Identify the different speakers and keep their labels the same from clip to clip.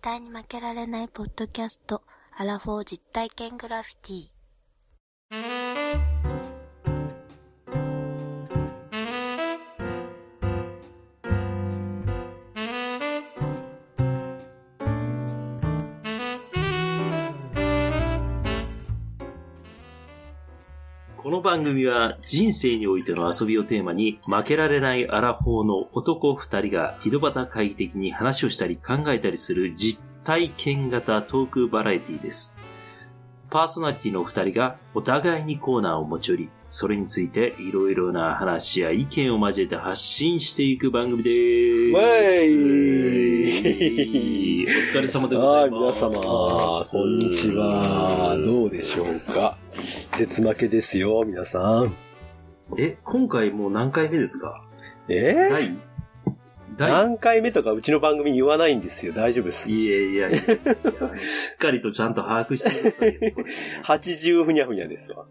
Speaker 1: 対に負けられないポッドキャスト、アラフォー実体験グラフィティ。
Speaker 2: この番組は人生においての遊びをテーマに負けられないアラフォーの男二人が井戸端会議的に話をしたり考えたりする実体験型トークバラエティです。パーソナリティのお二人がお互いにコーナーを持ち寄り、それについていろいろな話や意見を交えて発信していく番組です。
Speaker 3: わ
Speaker 2: お
Speaker 3: い
Speaker 2: 疲れ様でご
Speaker 3: あ
Speaker 2: ざ
Speaker 3: あ、
Speaker 2: いま
Speaker 3: 皆
Speaker 2: す。
Speaker 3: 様、こんにちは。どうでしょうか。絶負けですよ、皆さん。
Speaker 2: え、今回もう何回目ですか
Speaker 3: えー
Speaker 2: 第第
Speaker 3: 何回目とかうちの番組言わないんですよ。大丈夫です。
Speaker 2: いやいやいやいや、しっかりとちゃんと把握してくださいよこれ
Speaker 3: 80ふにゃふにゃですわ。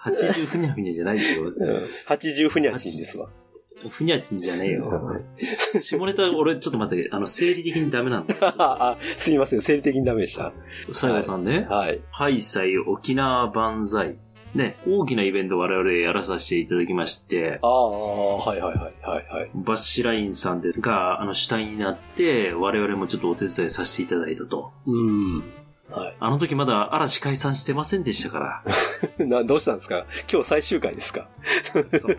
Speaker 2: 80ふにゃふにゃじゃないですよ。
Speaker 3: うん、80ふにゃちんですわ。。
Speaker 2: ふにゃちんじゃねえよ。下ネタ、俺、ちょっと待って、あの、生理的にダメなんだ
Speaker 3: あ すいません、生理的にダメでした。
Speaker 2: 西郷さんね、
Speaker 3: はい。
Speaker 2: ハイサイ沖縄万歳。ね、大きなイベントを我々やらさせていただきまして、
Speaker 3: ああ、はいはいはいはいはい。
Speaker 2: バッシュラインさんが、あの、主体になって、我々もちょっとお手伝いさせていただいたと。
Speaker 3: うん。 は
Speaker 2: あの時まだ嵐解散してませんでしたから。
Speaker 3: い。な、どうしたんですか今日最終回ですか
Speaker 2: そう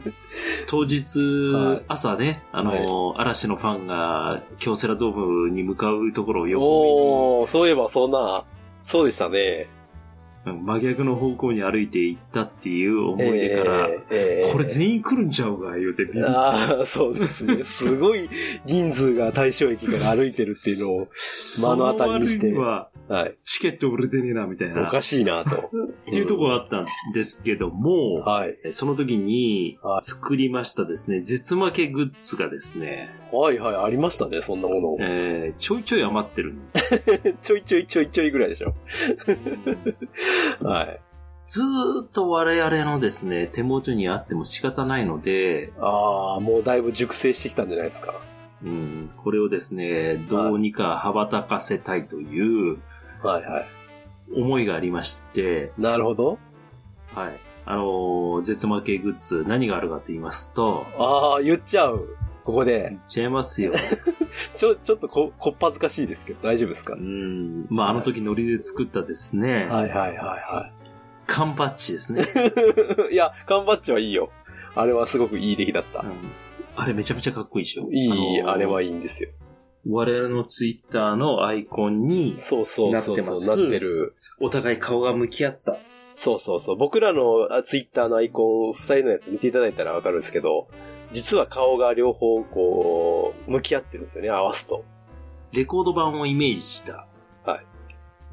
Speaker 2: 当日、
Speaker 3: はい
Speaker 2: 朝ね、あのー、嵐のファンが、京セラドームに向かうところを横
Speaker 3: おー、そういえばそんな、そうでしたね。
Speaker 2: 目に、真逆の方向に歩いていったっていう思い出から、
Speaker 3: えーえー
Speaker 2: これ全員来るんちゃうか、言うて、ビビ
Speaker 3: ああ、そうで すね。すごい人数が対象駅から歩いてるっていうのを、
Speaker 2: そ
Speaker 3: 目の当たりにして
Speaker 2: の割は、
Speaker 3: はい。
Speaker 2: チケット売れてねえな、みたい
Speaker 3: お
Speaker 2: な、っ
Speaker 3: かしい なと。
Speaker 2: ていうところがあったんですけども、
Speaker 3: はい。
Speaker 2: その時に
Speaker 3: はい
Speaker 2: 作りましたですね、絶負けグッズがですね、
Speaker 3: はいはい、ありましたね、そんなもの。
Speaker 2: えーちょいちょい余ってるんで
Speaker 3: ちょいちょいちょいちょいぐらい でしょ。はい。
Speaker 2: ずーっと我々のですね、手元にあっても仕方ないので、
Speaker 3: ああ、もうだいぶ熟成してきたんじゃないですか。
Speaker 2: うん、これをですね、どうにか羽ばたかせたいという
Speaker 3: はいはい。
Speaker 2: 思いがありまして、
Speaker 3: なるほど。
Speaker 2: はい。あのー絶負けグッズ何があるかと言いますと、
Speaker 3: ああ、言っちゃう。ここで
Speaker 2: 言。っちゃいます よ。
Speaker 3: ちょ、ちょっとこ、こっぱずかしいですけど、大丈夫ですか
Speaker 2: う、ん、まあ、あの時ノリで作ったですね、
Speaker 3: はいはいは
Speaker 2: 缶バッジです ね、
Speaker 3: いはい。いや、缶バッジはいいよ。あれはすごくいい出来だった
Speaker 2: う。んあれめちゃめちゃかっこいいでしょ。
Speaker 3: いい、あれはい
Speaker 2: い。
Speaker 3: いんですよ。
Speaker 2: 我々のツイッターのアイコンに、
Speaker 3: そうそうそう
Speaker 2: なってま
Speaker 3: そ
Speaker 2: す
Speaker 3: う、なってる。
Speaker 2: お互い顔が向き合った。
Speaker 3: そうそうそう。僕らのあツイッターのアイコン、二人のやつ見ていただいたらわかるんですけど、実は顔が両方、こう、向き合ってるんですよね、合わすと。
Speaker 2: レコード版をイメージした、
Speaker 3: はい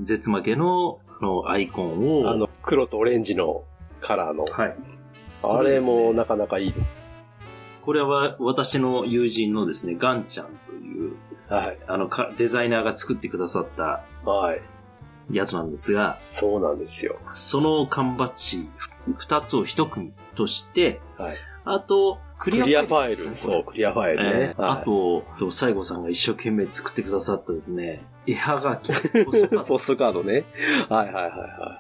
Speaker 2: 絶負けのあのアイコンを、
Speaker 3: あの、黒とオレンジのカラーの。
Speaker 2: はい。
Speaker 3: あれ
Speaker 2: そう
Speaker 3: も
Speaker 2: ですね
Speaker 3: なかなかいいです。
Speaker 2: これは私の友人のですね、ガンちゃんという、
Speaker 3: はい。
Speaker 2: あのか、デザイナーが作ってくださった
Speaker 3: はい。
Speaker 2: やつなんですが、
Speaker 3: そうなんですよ。
Speaker 2: その缶バッジ2つを1組として、
Speaker 3: はい
Speaker 2: あと、ク
Speaker 3: クリ
Speaker 2: リ
Speaker 3: ア
Speaker 2: ア
Speaker 3: フ
Speaker 2: フ
Speaker 3: ァ
Speaker 2: ァ
Speaker 3: イ
Speaker 2: イ
Speaker 3: ル。
Speaker 2: ルです
Speaker 3: そ
Speaker 2: ね
Speaker 3: う、。クリアファイ
Speaker 2: これ
Speaker 3: ルね。
Speaker 2: えーあ
Speaker 3: は
Speaker 2: と、あと西郷さんが一生懸命作ってくださったですね、絵はが き、
Speaker 3: い、ポストカードね。はいはいはいはい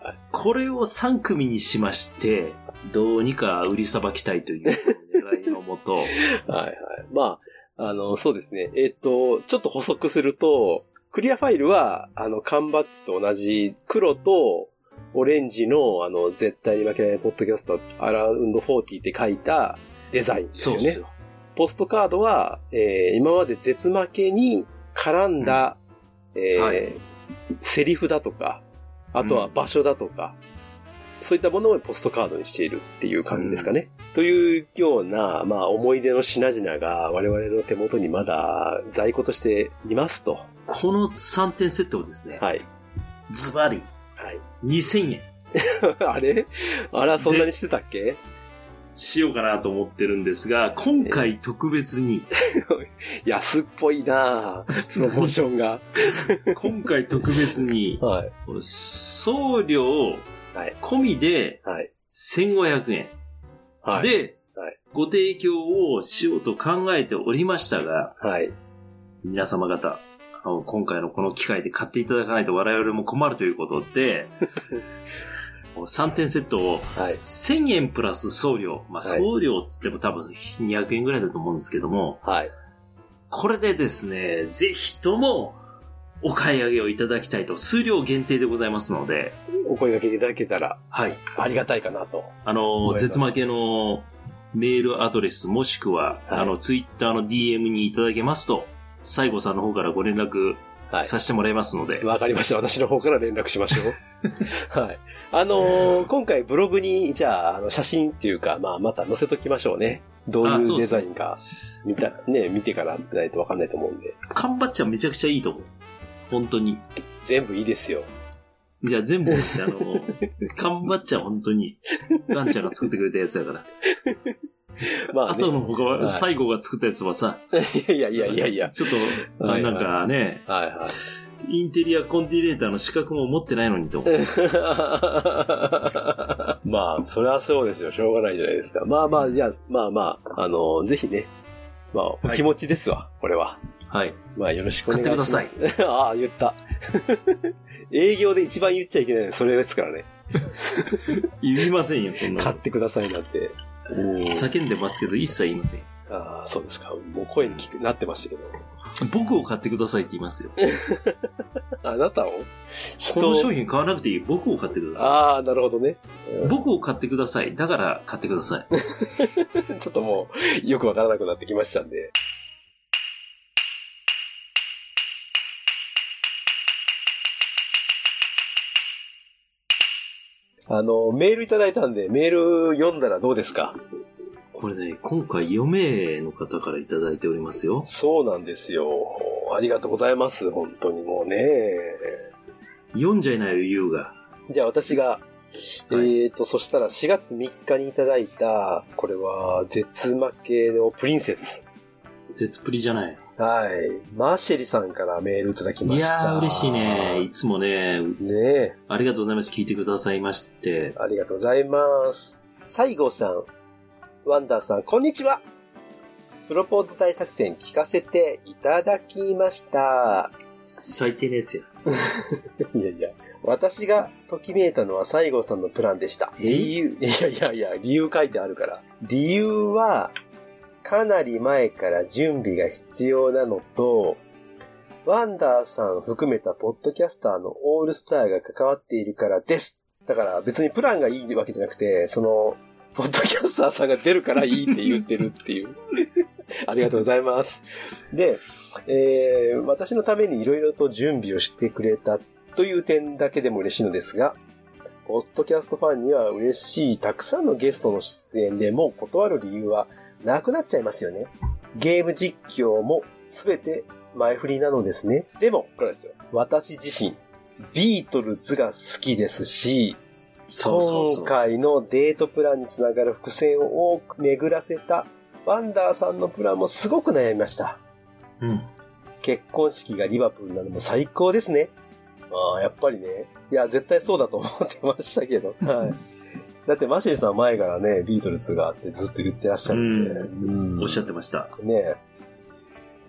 Speaker 3: はい。
Speaker 2: これを3組にしまして、どうにか売りさばきたいと いう狙いのもと、
Speaker 3: はいはい。まあ、あの、そうですね。えっ、と、ちょっと補足すると、クリアファイルは、あの、缶バッジと同じ黒とオレンジの、あの、絶対に負けないポッドキャストアラウンド40って書いたデザインですよね。
Speaker 2: よ。
Speaker 3: ポストカードは、えー今まで絶負けに絡んだ、えー
Speaker 2: はい
Speaker 3: セリフだとか、あとは場所だとか、そういったものをポストカードにしているっていう感じですかね。というような、まあ、思い出の品々が我々の手元にまだ在庫としていますと。
Speaker 2: この3点セットをですね、
Speaker 3: はい。
Speaker 2: ズバリ
Speaker 3: はい。
Speaker 2: 2000円
Speaker 3: あれあら、そんなにしてたっけ
Speaker 2: しようかなと思ってるんですが、今回特別 に、
Speaker 3: 安っぽいなあプロモーションが。
Speaker 2: 今回特別に、
Speaker 3: はい。
Speaker 2: 送料
Speaker 3: はい
Speaker 2: 込みで
Speaker 3: はい。
Speaker 2: 1500円。
Speaker 3: はい。
Speaker 2: で、
Speaker 3: はい
Speaker 2: ご提供をしようと考えておりましたが、
Speaker 3: はい。
Speaker 2: 皆様方、あの今回のこの機会で買っていただかないと我々も困るということ で、3点セットを
Speaker 3: はい。
Speaker 2: 1000円プラス送料。まあ、
Speaker 3: はい
Speaker 2: 送料っつっても多分200円ぐらいだと思うんですけども、
Speaker 3: はい。
Speaker 2: これでですね、ぜひともお買い上げをいただきたいと、数量限定でございますので、
Speaker 3: お声掛けいただけたら
Speaker 2: はい。
Speaker 3: ありがたいかなと。
Speaker 2: あの、絶負けのメールアドレスもしくは、
Speaker 3: はい
Speaker 2: あの、ツイッターの DM にいただけますと、西郷さんの方からご連絡
Speaker 3: はい。
Speaker 2: させてもらいますので、
Speaker 3: わかりました。私の方から連絡しましょ う。はい。あのー今回ブログに、じゃあ、あの写真っていうか、まあ、また載せときましょうね。どう
Speaker 2: あ
Speaker 3: い
Speaker 2: そう
Speaker 3: う
Speaker 2: で
Speaker 3: デ
Speaker 2: すね
Speaker 3: ザインか、見た、ね、見てからないとわかんないと思うんで。
Speaker 2: 缶バッチはめちゃくちゃいいと思う。本当に。
Speaker 3: 全部いいですよ。
Speaker 2: じゃあ全 部、あの、缶バッチは本当に、ガンちゃんが作ってくれたやつやから。
Speaker 3: まあ、
Speaker 2: あ
Speaker 3: ね、
Speaker 2: との他
Speaker 3: は
Speaker 2: は、
Speaker 3: い
Speaker 2: 西郷が作ったやつはさ、
Speaker 3: いやいやいやいや。
Speaker 2: ちょっと、あ
Speaker 3: はい
Speaker 2: なんかね、
Speaker 3: はいはい。
Speaker 2: インテリアコンディレーターの資格も持ってないのにと思う。
Speaker 3: まあ、それはそうですよ。しょうがないじゃないですか。まあまあ、じゃあ、まあまあ、あの、ぜひね。まあ、お気持ちですわ、これは。
Speaker 2: はい。
Speaker 3: まあ、よろしくお願いします。
Speaker 2: 買って
Speaker 3: ください。 ああ、言った。営業で一番言っちゃいけないのそれですからね。
Speaker 2: 言いませんよ、そんなの。
Speaker 3: 買ってくださいなんて。うん
Speaker 2: 叫んでますけど、一切言いません。
Speaker 3: ああ、そうですか。もう声に聞く、なってましたけど。
Speaker 2: 僕を買ってくださいって言いますよ。
Speaker 3: あなたを
Speaker 2: この商品買わなくていい。僕を買ってくださ
Speaker 3: ああ、なるほどね。
Speaker 2: い。僕を買ってください。だから買ってください。
Speaker 3: ちょっともう、よくわからなくなってきましたんで。あの、メールいただいたんで、メール読んだらどうですか
Speaker 2: これね、今回4名の方からいただいておりますよ。
Speaker 3: そうなんですよ。ありがとうございます。本当にもうね。
Speaker 2: 読んじゃいないよ、優が。
Speaker 3: じゃあ私が、えーと、そしたら4月3日にいただいた、これは、絶負けのプリンセス。
Speaker 2: 絶プリじゃない。
Speaker 3: はい。マーシェリさんからメールいただき
Speaker 2: い
Speaker 3: ました。
Speaker 2: やー、嬉しいね。いつもね、
Speaker 3: ねえ、
Speaker 2: ありがとうございます。聞いてくださいまして。
Speaker 3: ありがとうございます。西郷さん、ワンダーさん、こんにちはプロポーズ大作戦聞かせていただきました。
Speaker 2: 最低のやつや。
Speaker 3: いやいや、私がときめいたのは西郷さんのプランでした。
Speaker 2: え
Speaker 3: 理由、いやいやいや、理由書いてあるから。理由は、かなり前から準備が必要なのと、ワンダーさん含めたポッドキャスターのオールスターが関わっているからです。だから別にプランがいいわけじゃなくて、その、ポッドキャスターさんが出るからいいって言ってるっていう。 ありがとうございます。で、えー私のためにいろいろと準備をしてくれたという点だけでも嬉しいのですが、ポッドキャストファンには嬉しいたくさんのゲストの出演でもう断る理由はなくなっちゃいますよね。ゲーム実況もすべて前振りなのですね。でも、これですよ。私自身、ビートルズが好きですし、
Speaker 2: そうそうそう
Speaker 3: 今。回のデートプランにつながる伏線を多く巡らせたワンダーさんのプランもすごく悩みました。
Speaker 2: うん。
Speaker 3: 結婚式がリバプールなのも最高ですね。ああ、やっぱりね。いや、絶対そうだと思ってましたけど。はい。だって、マシルさん前からね、ビートルズがあってずっと言ってらっしゃるんで。うん
Speaker 2: おっしゃってました。
Speaker 3: ねえ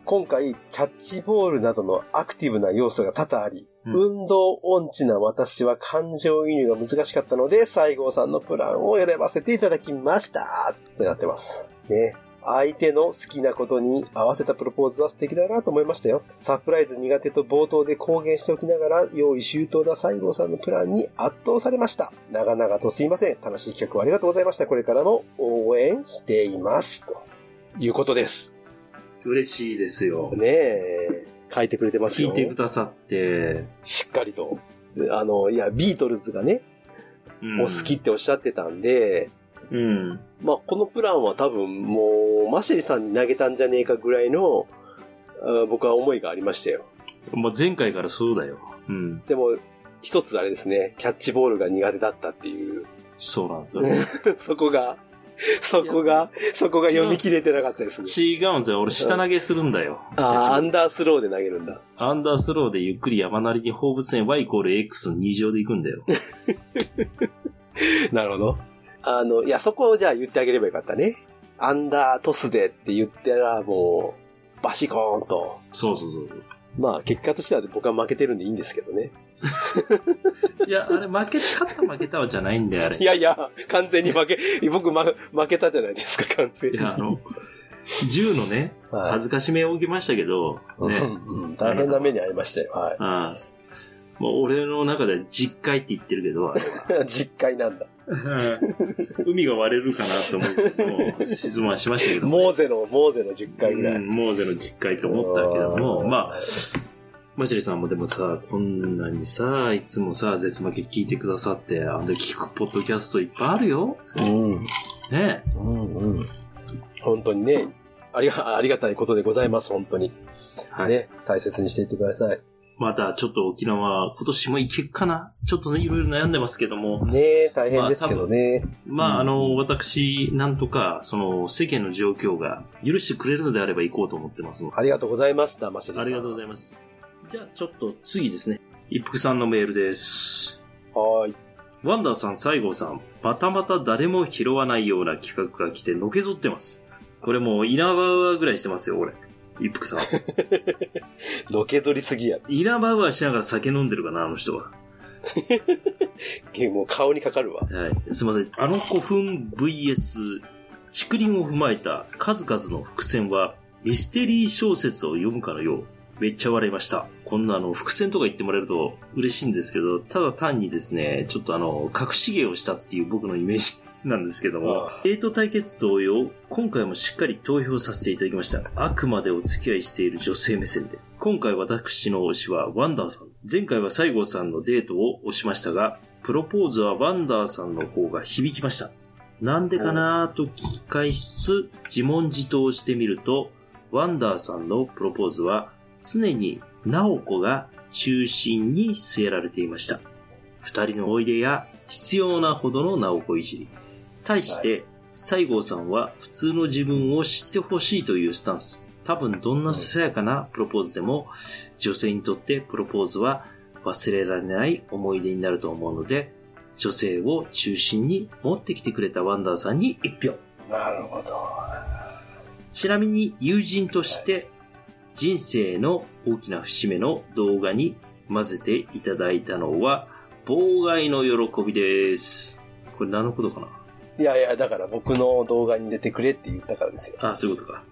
Speaker 3: 今回、キャッチボールなどのアクティブな要素が多々あり、
Speaker 2: うん
Speaker 3: 運動音痴な私は感情移入が難しかったので、西郷さんのプランを選ばせていただきましたってなってます。ねえ相手の好きなことに合わせたプロポーズは素敵だなと思いましたよ。サプライズ苦手と冒頭で公言しておきながら、用意周到な西郷さんのプランに圧倒されました。長々とすいません。楽しい企画をありがとうございました。これからも応援しています。ということです。
Speaker 2: 嬉しいですよ。
Speaker 3: ねえ、書いてくれてます
Speaker 2: 聞
Speaker 3: よ。
Speaker 2: いてくださって、
Speaker 3: しっかりと。あの、いや、ビートルズがね、
Speaker 2: うん
Speaker 3: お好き。っておっしゃってたんで、
Speaker 2: うん。
Speaker 3: まあ、このプランは多分もう、マシェリさんに投げたんじゃねえかぐらいの、あ僕は思いがありましたよ。
Speaker 2: もう前回からそうだよ。うん。
Speaker 3: でも、一つあれですね、キャッチボールが苦手だったっていう、
Speaker 2: そうなんですよ。
Speaker 3: そこが、そこが、そこが読み切れてなかったですね。
Speaker 2: 違うんですよ。俺、下投げするんだよ。
Speaker 3: ああ、アンダースローで投げるんだ。
Speaker 2: アンダースローでゆっくり山なりに放物線 y イコール x の二乗で行くんだ よ。
Speaker 3: なるほど。あの、いや、そこをじゃあ言ってあげればよかったね。アンダートスでって言ったら、もう、バシコーンと。
Speaker 2: そうそうそう。
Speaker 3: まあ、結果としては僕は負けてるんでいいんですけどね。
Speaker 2: いや、あれ、負け、勝った負けたはじゃないんだよ、あれ。
Speaker 3: いやいや、完全に負け、僕、ま、負けたじゃないですか、完全
Speaker 2: い
Speaker 3: に。
Speaker 2: や、あの、銃のね、
Speaker 3: はい
Speaker 2: 恥ずかしめを受けましたけど、
Speaker 3: う
Speaker 2: ね、
Speaker 3: んうん大変な目に遭いましたよ。は
Speaker 2: ああもう俺の中で実戒って言ってるけど、あれ
Speaker 3: い。 実戒なんだ。
Speaker 2: は海が割れるかなと思って、もう質問はしましたけど、
Speaker 3: モーゼの、モーゼの10回ぐら
Speaker 2: う
Speaker 3: い。
Speaker 2: んモーゼの実戒と思ったけども、
Speaker 3: うん
Speaker 2: まあ、マチュリさんもでもさ、こんなにさ、いつもさ、絶負け聞いてくださって、あの聞くポッドキャストいっぱいあるよ。
Speaker 3: うん。
Speaker 2: ね
Speaker 3: うんうん。本当にね、ありが、ありがたいことでございます、本当に。
Speaker 2: はい。
Speaker 3: ね、大切にしていってください。
Speaker 2: またちょっと沖縄、今年も行けるかなちょっとね、いろいろ悩んでますけども、
Speaker 3: ね大変ですけどね。
Speaker 2: まあ、
Speaker 3: うん
Speaker 2: あの、私、なんとか、その、世間の状況が許してくれるのであれば行こうと思ってますので
Speaker 3: ありがとうございました、マシリさ
Speaker 2: あ
Speaker 3: ん。
Speaker 2: りがとうございます。じゃあ、ちょっと次ですね。一服さんのメールです。
Speaker 3: はーい。
Speaker 2: ワンダーさん、西郷さん、またまた誰も拾わないような企画が来てのけぞってます。これもう、稲葉ぐらいしてますよ、俺。一服さん。
Speaker 3: のけぞりすぎや。
Speaker 2: 稲葉はしながら酒飲んでるかな、あの人は。
Speaker 3: もう顔にかかるわ。
Speaker 2: はい、すみません。あの古墳 VS、竹林を踏まえた数々の伏線は、ミステリー小説を読むかのよう、めっちゃ笑いました。こんなあの、伏線とか言ってもらえると嬉しいんですけど、ただ単にですね、ちょっとあの、隠し芸をしたっていう僕のイメージなんですけども、
Speaker 3: あ
Speaker 2: デート対決同様、今回もしっかり投票させていただきました。あくまでお付き合いしている女性目線で。今回私の推しはワンダーさん。前回は西郷さんのデートを推しましたが、プロポーズはワンダーさんの方が響きました。なんでかなーと聞き返しつつ、自問自答してみると、ワンダーさんのプロポーズは常に直子が中心に据えられていました。二人のおいでや必要なほどの直子いじり。対して、西郷さんは普通の自分を知ってほしいというスタンス。多分どんなささやかなプロポーズでも、女性にとってプロポーズは忘れられない思い出になると思うので、女性を中心に持ってきてくれたワンダーさんに一票。
Speaker 3: なるほど。
Speaker 2: ちなみに友人として人生の大きな節目の動画に混ぜていただいたのは妨害の喜びです。これ何のことか
Speaker 3: いやいや、だから僕の動画に出てくれって言ったからですよ。
Speaker 2: なあ、そういうことか。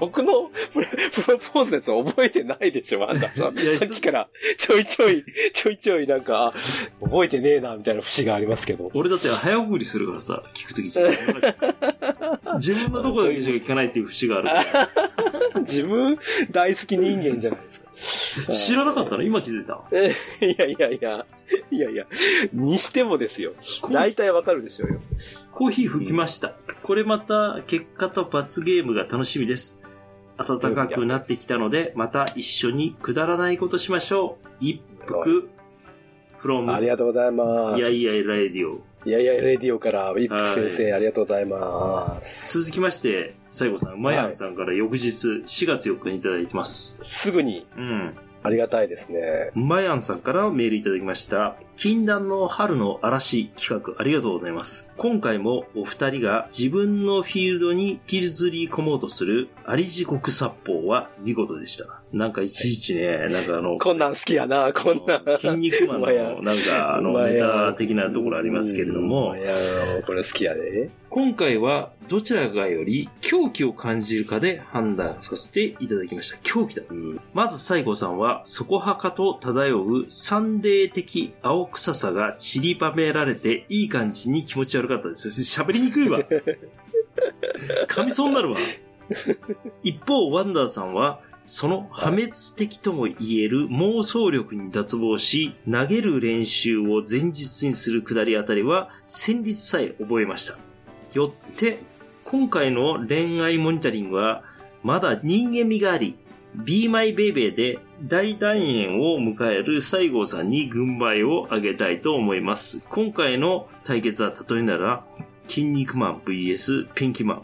Speaker 3: 僕のプロプロポーズのやつ覚えてないでしょ、ワンダさん。
Speaker 2: いや
Speaker 3: さっきから、ちょいちょい、ちょいちょいなんか、あ覚えてねえな、みたいな節がありますけど。
Speaker 2: 俺だって早送りするからさ、聞くときじゃ ん自分のとこだけしか聞かないっていう節がある。
Speaker 3: 自分、大好き人間じゃないですか。
Speaker 2: 知らなかったの今気づいた。
Speaker 3: いやいやいや、いやいや、にしてもですよ。大体わかるでしょうよ。
Speaker 2: コーヒー吹きました。これまた結果と罰ゲームが楽しみです。暖かくなってきたので、また一緒にくだらないことしましょう。一服、フロム、
Speaker 3: ありがとうございます。
Speaker 2: いやいやいラディオ。
Speaker 3: いやいやレディオから、一服先生、ありがとうございます。
Speaker 2: 続きまして、西郷さん、馬やんさんから翌日、4月4日にいただいてます。
Speaker 3: すぐに、
Speaker 2: うん。
Speaker 3: ありがたいですね。
Speaker 2: マヤンさんからメールいただきました。禁断の春の嵐企画ありがとうございます。今回もお二人が自分のフィールドに引きずり込もうとするあり地獄殺法は見事でした。なんかいちいちね、なんかあの、
Speaker 3: こんなん好きやな、こんなん。
Speaker 2: 筋肉マン
Speaker 3: 馬や
Speaker 2: のなんかあの
Speaker 3: 馬
Speaker 2: ネ
Speaker 3: や
Speaker 2: タ的なところありますけれども
Speaker 3: うん、いやこれ好きやで。
Speaker 2: 今回はどちらがより狂気を感じるかで判断させていただきました。狂気だ。まず西郷さんは、そこはかと漂うサンデー的青臭さが散りばめられていい感じに気持ち悪かったです。喋りにくいわ。噛みそうになるわ。一方、ワンダーさんは、その破滅的とも言える妄想力に脱帽し、投げる練習を前日にするくだりあたりは、戦慄さえ覚えました。よって、今回の恋愛モニタリングは、まだ人間味があり、Be My Baby で大団円を迎える西郷さんに軍配をあげたいと思います。今回の対決は例えなら、筋肉マン VS ピンキマン。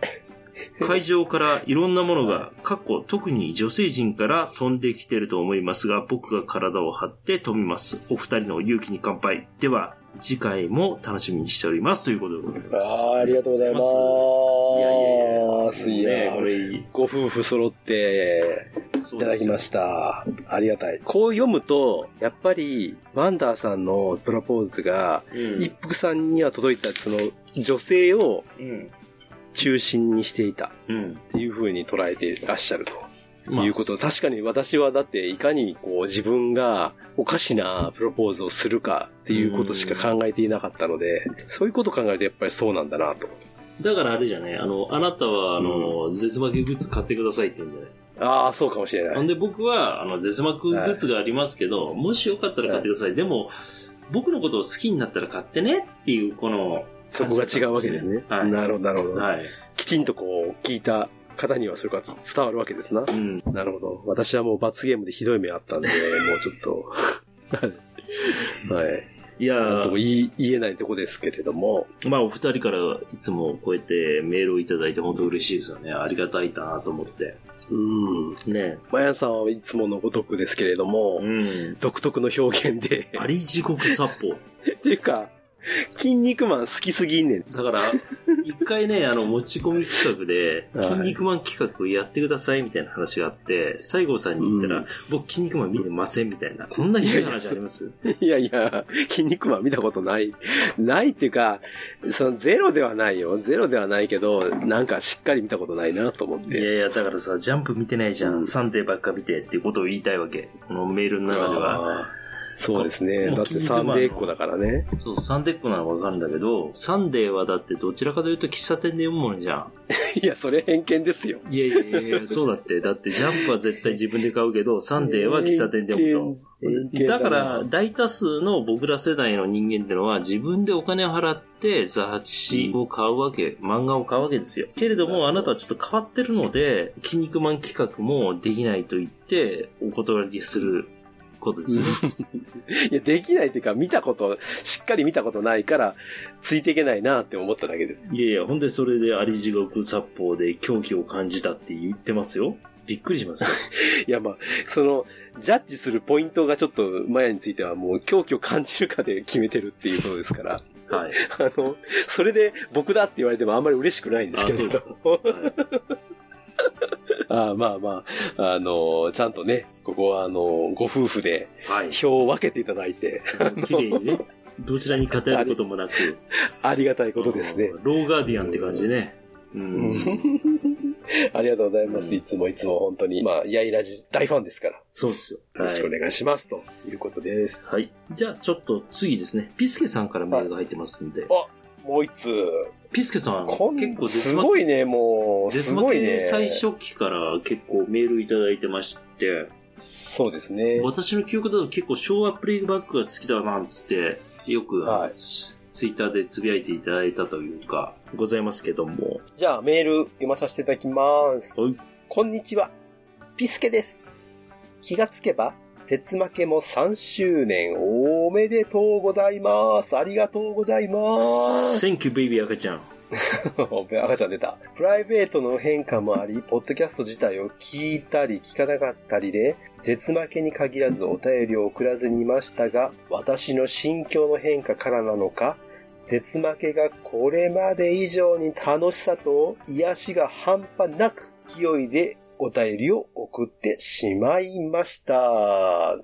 Speaker 2: 会場からいろんなものが、過去特に女性陣から飛んできてると思いますが、僕が体を張って飛びます。お二人の勇気に乾杯。では、次回も楽しみにしております。ということでございます。
Speaker 3: あーありがとうございます。
Speaker 2: いやいやいや
Speaker 3: ます。いや
Speaker 2: ね、これいい。
Speaker 3: ご夫婦揃って、
Speaker 2: そ
Speaker 3: いうた
Speaker 2: で
Speaker 3: だ
Speaker 2: す
Speaker 3: き
Speaker 2: よ
Speaker 3: ました。ありがたい。こう読むと、やっぱり、ワンダーさんのプロポーズが、
Speaker 2: うん
Speaker 3: 一服さんには届いた、その、女性を
Speaker 2: うん。
Speaker 3: 中心にしていたっ
Speaker 2: うん。
Speaker 3: ていう風に捉えていらっしゃると。
Speaker 2: まあ
Speaker 3: いうこと。確かに私はだっていかにこう自分がおかしなプロポーズをするかっていうことしか考えていなかったので、そういうことを考えるとやっぱりそうなんだなと。
Speaker 2: だからあれじゃないあの、あなたは、あの、絶魔グッズ買ってくださいって言うんじゃない
Speaker 3: ああ、そうかもしれな
Speaker 2: ほん
Speaker 3: い。
Speaker 2: で僕は、あの、絶幕グッズがありますけど、もしよかったら買ってください。でも、僕のことを好きになったら買ってねっていう、この、
Speaker 3: そこが違うわけですね。
Speaker 2: はい
Speaker 3: なるほど、なるほど。
Speaker 2: はい。
Speaker 3: きちんとこう聞いた方にはそれが伝わるわけですな
Speaker 2: う。ん。
Speaker 3: なるほど。私はもう罰ゲームでひどい目あ ったんで、もうちょっと。は
Speaker 2: い
Speaker 3: い。
Speaker 2: や
Speaker 3: なんとも
Speaker 2: ー
Speaker 3: 言い言えないとこですけれども。
Speaker 2: まあお二人からいつもこうやってメールをいただいて本当嬉しいですよね。ありがたいなと思って。
Speaker 3: うん。
Speaker 2: ね。
Speaker 3: まやさんはいつものごとくですけれども、
Speaker 2: うん。
Speaker 3: 独特の表現で。
Speaker 2: あり地獄殺法。
Speaker 3: っていうか、筋肉マン好きすぎんねん。
Speaker 2: だから、一回ね、あの、持ち込み企画で、
Speaker 3: はい
Speaker 2: 筋肉マン企画やってくださいみたいな話があって、西郷さんに言ったら、
Speaker 3: うん
Speaker 2: 僕筋肉マン見てませんみたいな。こんな ひどい話あります
Speaker 3: いやいや、筋肉マン見たことない。ないっていうか、そのゼロではないよ。ゼロではないけど、なんかしっかり見たことないなと思っ
Speaker 2: いや
Speaker 3: て。
Speaker 2: いや、だからさ、ジャンプ見てないじゃ。
Speaker 3: うんん
Speaker 2: サンデーばっか見てっていうことを言いたいわけ。このメールの中では。
Speaker 3: あーそうですね。
Speaker 2: もう
Speaker 3: だってサンデーっ子だからね。
Speaker 2: そう、サンデーっ子ならわかるんだけど、サンデーはだってどちらかというと喫茶店で読むもんじゃ
Speaker 3: いや、それ偏見ですよ。
Speaker 2: ん。いやいやいやいや、そうだって。だってジャンプは絶対自分で買うけど、サンデーは喫茶店で読むと。
Speaker 3: 偏見
Speaker 2: だか
Speaker 3: な
Speaker 2: ら、大多数の僕ら世代の人間ってのは、自分でお金を払って雑誌を買うわけ、漫画を買うわけですよ。けれども、あなたはちょっと変わってるので、筋肉マン企画もできないと言って、お断りすることですよね。
Speaker 3: いや、できないっていうか、見たこと、しっかり見たことないから、ついていけないなって思っただけです。
Speaker 2: いやいや、ほんでそれで、あり地獄殺法で狂気を感じたって言ってますよ。びっくりしますよ。
Speaker 3: いや、まあ、その、ジャッジするポイントがちょっと、マヤについてはもう、狂気を感じるかで決めてるっていうことですから、
Speaker 2: はい。
Speaker 3: あの、それで僕だって言われてもあんまり嬉しくないんですけ
Speaker 2: あそう
Speaker 3: れ
Speaker 2: です
Speaker 3: ど
Speaker 2: か
Speaker 3: も。
Speaker 2: はい
Speaker 3: ああまあまあ、あの、ちゃんとね、ここは、あの、ご夫婦で、
Speaker 2: はい。
Speaker 3: 票を分けていただいて、
Speaker 2: 綺麗にね、どちらに偏ることもなく。
Speaker 3: ありがたいことですね。
Speaker 2: ローガーディアンって感じね。うん。
Speaker 3: ありがとうございま
Speaker 2: うん
Speaker 3: す。いつもいつも本当に。まあ、やいらじ大ファンですから。よ
Speaker 2: そうですよ。
Speaker 3: ろしくお願いします。ということです。
Speaker 2: はい。じゃあ、ちょっと次ですね。ピスケさんからメールが入ってますんで。
Speaker 3: あもう一つ。
Speaker 2: ピスケさん、結
Speaker 3: こん
Speaker 2: 構
Speaker 3: すごいね、もう。
Speaker 2: 絶
Speaker 3: す
Speaker 2: 負
Speaker 3: ご
Speaker 2: け
Speaker 3: いね。
Speaker 2: 最。初期から結構メールいただいてまして、
Speaker 3: そうですね。
Speaker 2: 私の記憶だと結構昭和プレイバックが好きだなんつって、よく、
Speaker 3: はい
Speaker 2: ツツイッターでつぶやいていただいたというか、ございますけども。
Speaker 3: じゃあ、メール読まさせていただきます。
Speaker 2: はい
Speaker 3: こんにちは。ピスケです。気がつけば、鉄負けも3周年おめでとうございます。ありがとうございます。
Speaker 2: Thank you, baby 赤ちゃん。
Speaker 3: 赤ちゃん出た。プライベートの変化もあり、ポッドキャスト自体を聞いたり聞かなかったりで、絶負けに限らずお便りを送らずにいましたが、私の心境の変化からなのか、絶負けがこれまで以上に楽しさと癒しが半端なく勢いでお便りを送ってしまいました。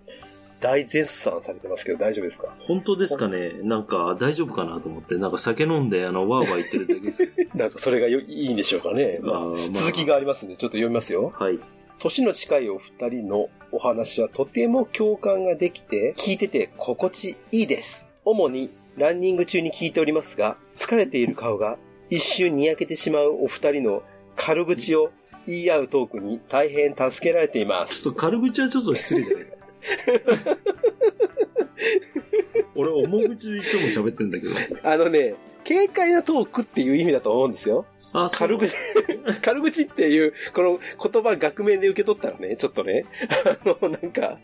Speaker 3: 大絶賛されてますけど大丈夫ですか
Speaker 2: 本当ですかねなんか大丈夫かなと思って、なんか酒飲んで、あの、わーわー言ってるだけ です。
Speaker 3: なんかそれがよいいんでしょうかね。まあ
Speaker 2: ーまあ
Speaker 3: 続きがありますんで、ちょっと読みますよ。
Speaker 2: はい。
Speaker 3: 年の近いお二人のお話はとても共感ができて、聞いてて心地いいです。主にランニング中に聞いておりますが、疲れている顔が一瞬にやけてしまうお二人の軽口を言い合うトークに大変助けられていま
Speaker 2: ち
Speaker 3: す。
Speaker 2: ょっと軽口はちょっと失礼じゃない 俺、重口でいつも喋ってんだけど。
Speaker 3: あのね、軽快なトークっていう意味だと思うんですよ。
Speaker 2: あ、そう
Speaker 3: 軽 口、軽口っていう、この言葉額面で受け取ったらね、ちょっとね、あの、なんか、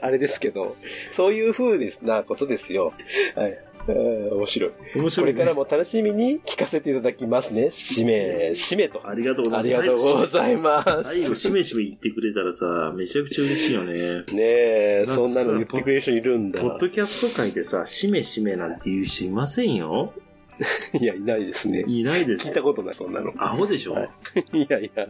Speaker 3: あれですけど、そういう風ですなことですよ。はい。うん面白い。
Speaker 2: 面
Speaker 3: こ
Speaker 2: 白い、
Speaker 3: れ
Speaker 2: ね。
Speaker 3: からも楽しみに聞かせていただきますね。しめ、しめと。
Speaker 2: ありがとうござい
Speaker 3: あ
Speaker 2: ま
Speaker 3: り
Speaker 2: す。
Speaker 3: がとうございま
Speaker 2: 最後、しめしめ言ってくれたらさ、めちゃくちゃ嬉しいよね。
Speaker 3: す。
Speaker 2: な
Speaker 3: ね
Speaker 2: ん
Speaker 3: え、
Speaker 2: かさ
Speaker 3: そんなの言ってくれる人いるんだ
Speaker 2: ポ。ッドキャスト界でさ、しめしめなんて言う人いませんよ。
Speaker 3: いや、いないですね。
Speaker 2: いないで
Speaker 3: 聞
Speaker 2: す
Speaker 3: い
Speaker 2: よ
Speaker 3: た。ことない、そんなの。
Speaker 2: アホでしょ、
Speaker 3: はいいやいや。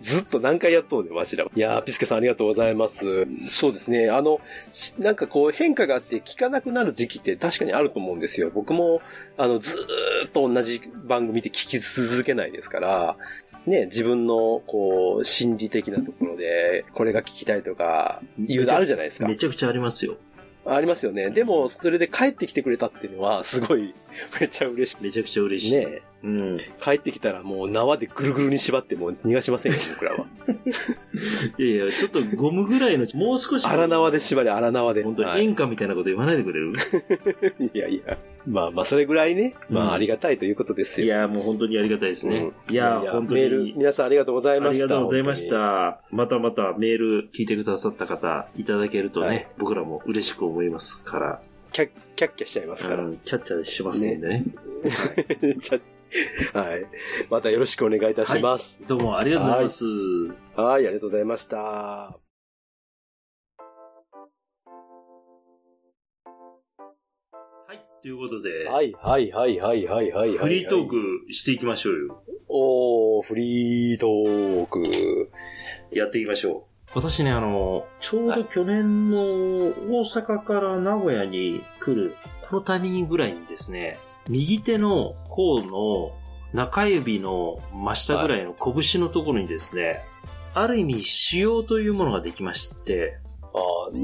Speaker 3: ずっと何回やっとうね、わしらは。いやー、ピスケさんありがとうございます。そうですね。あの、しなんかこう変化があって聞かなくなる時期って確かにあると思うんですよ。僕も、あの、ずーっと同じ番組で聞き続けないですから、ね、自分の、こう、心理的なところで、これが聞きたいとか、いうのあるじゃないですか
Speaker 2: め。ちゃくちゃありますよ。
Speaker 3: ありますよね。でも、それで帰ってきてくれたっていうのは、すごい、めっちゃ嬉し
Speaker 2: めちゃくちゃ嬉し
Speaker 3: い。
Speaker 2: い。
Speaker 3: ね。
Speaker 2: うん。い
Speaker 3: 帰ってきたらもう縄でぐるぐるに縛ってもう逃がしませんよ、僕らは。
Speaker 2: やいや、ちょっとゴムぐらいの、もう少し。
Speaker 3: 荒縄で縛り、荒縄で。
Speaker 2: 本当
Speaker 3: は
Speaker 2: に
Speaker 3: い、
Speaker 2: 演歌みたいなこと言わないでくれる、
Speaker 3: いやいや。まあまあ、それぐらいね、ま
Speaker 2: うん
Speaker 3: あありがたいということです
Speaker 2: い、
Speaker 3: よ。
Speaker 2: や、もう本当にありがたいですね。
Speaker 3: うん
Speaker 2: いや、本当に。
Speaker 3: メール、皆さんありがとうござい
Speaker 2: あ
Speaker 3: まし
Speaker 2: り
Speaker 3: た。
Speaker 2: がとうございまし
Speaker 3: 本
Speaker 2: た。またまたメール聞いてくださった方いただけるとね、
Speaker 3: はい
Speaker 2: 僕らも嬉しく思いますから、
Speaker 3: 当に。キャッ、キャッキャしちゃいますから。
Speaker 2: うんちゃっちゃしますんでね。
Speaker 3: ちゃ はい。またよろしくお願いいたします。
Speaker 2: どうもありがとうございます。
Speaker 3: はい、ありがとうございました。
Speaker 2: はい、ということで、
Speaker 3: はい、はい、はい、はい、はい、はい。
Speaker 2: フリートー。クしていきましょうよ。
Speaker 3: おー、フリートーク。
Speaker 2: やっていきましょう。私ね、あの、ちょうど去年の大阪から名古屋に来る、このタイミングぐらいにですね、右手の甲の中指の真下ぐらいの拳のところにですね、ある意味腫瘍というものができまして、
Speaker 3: ああ、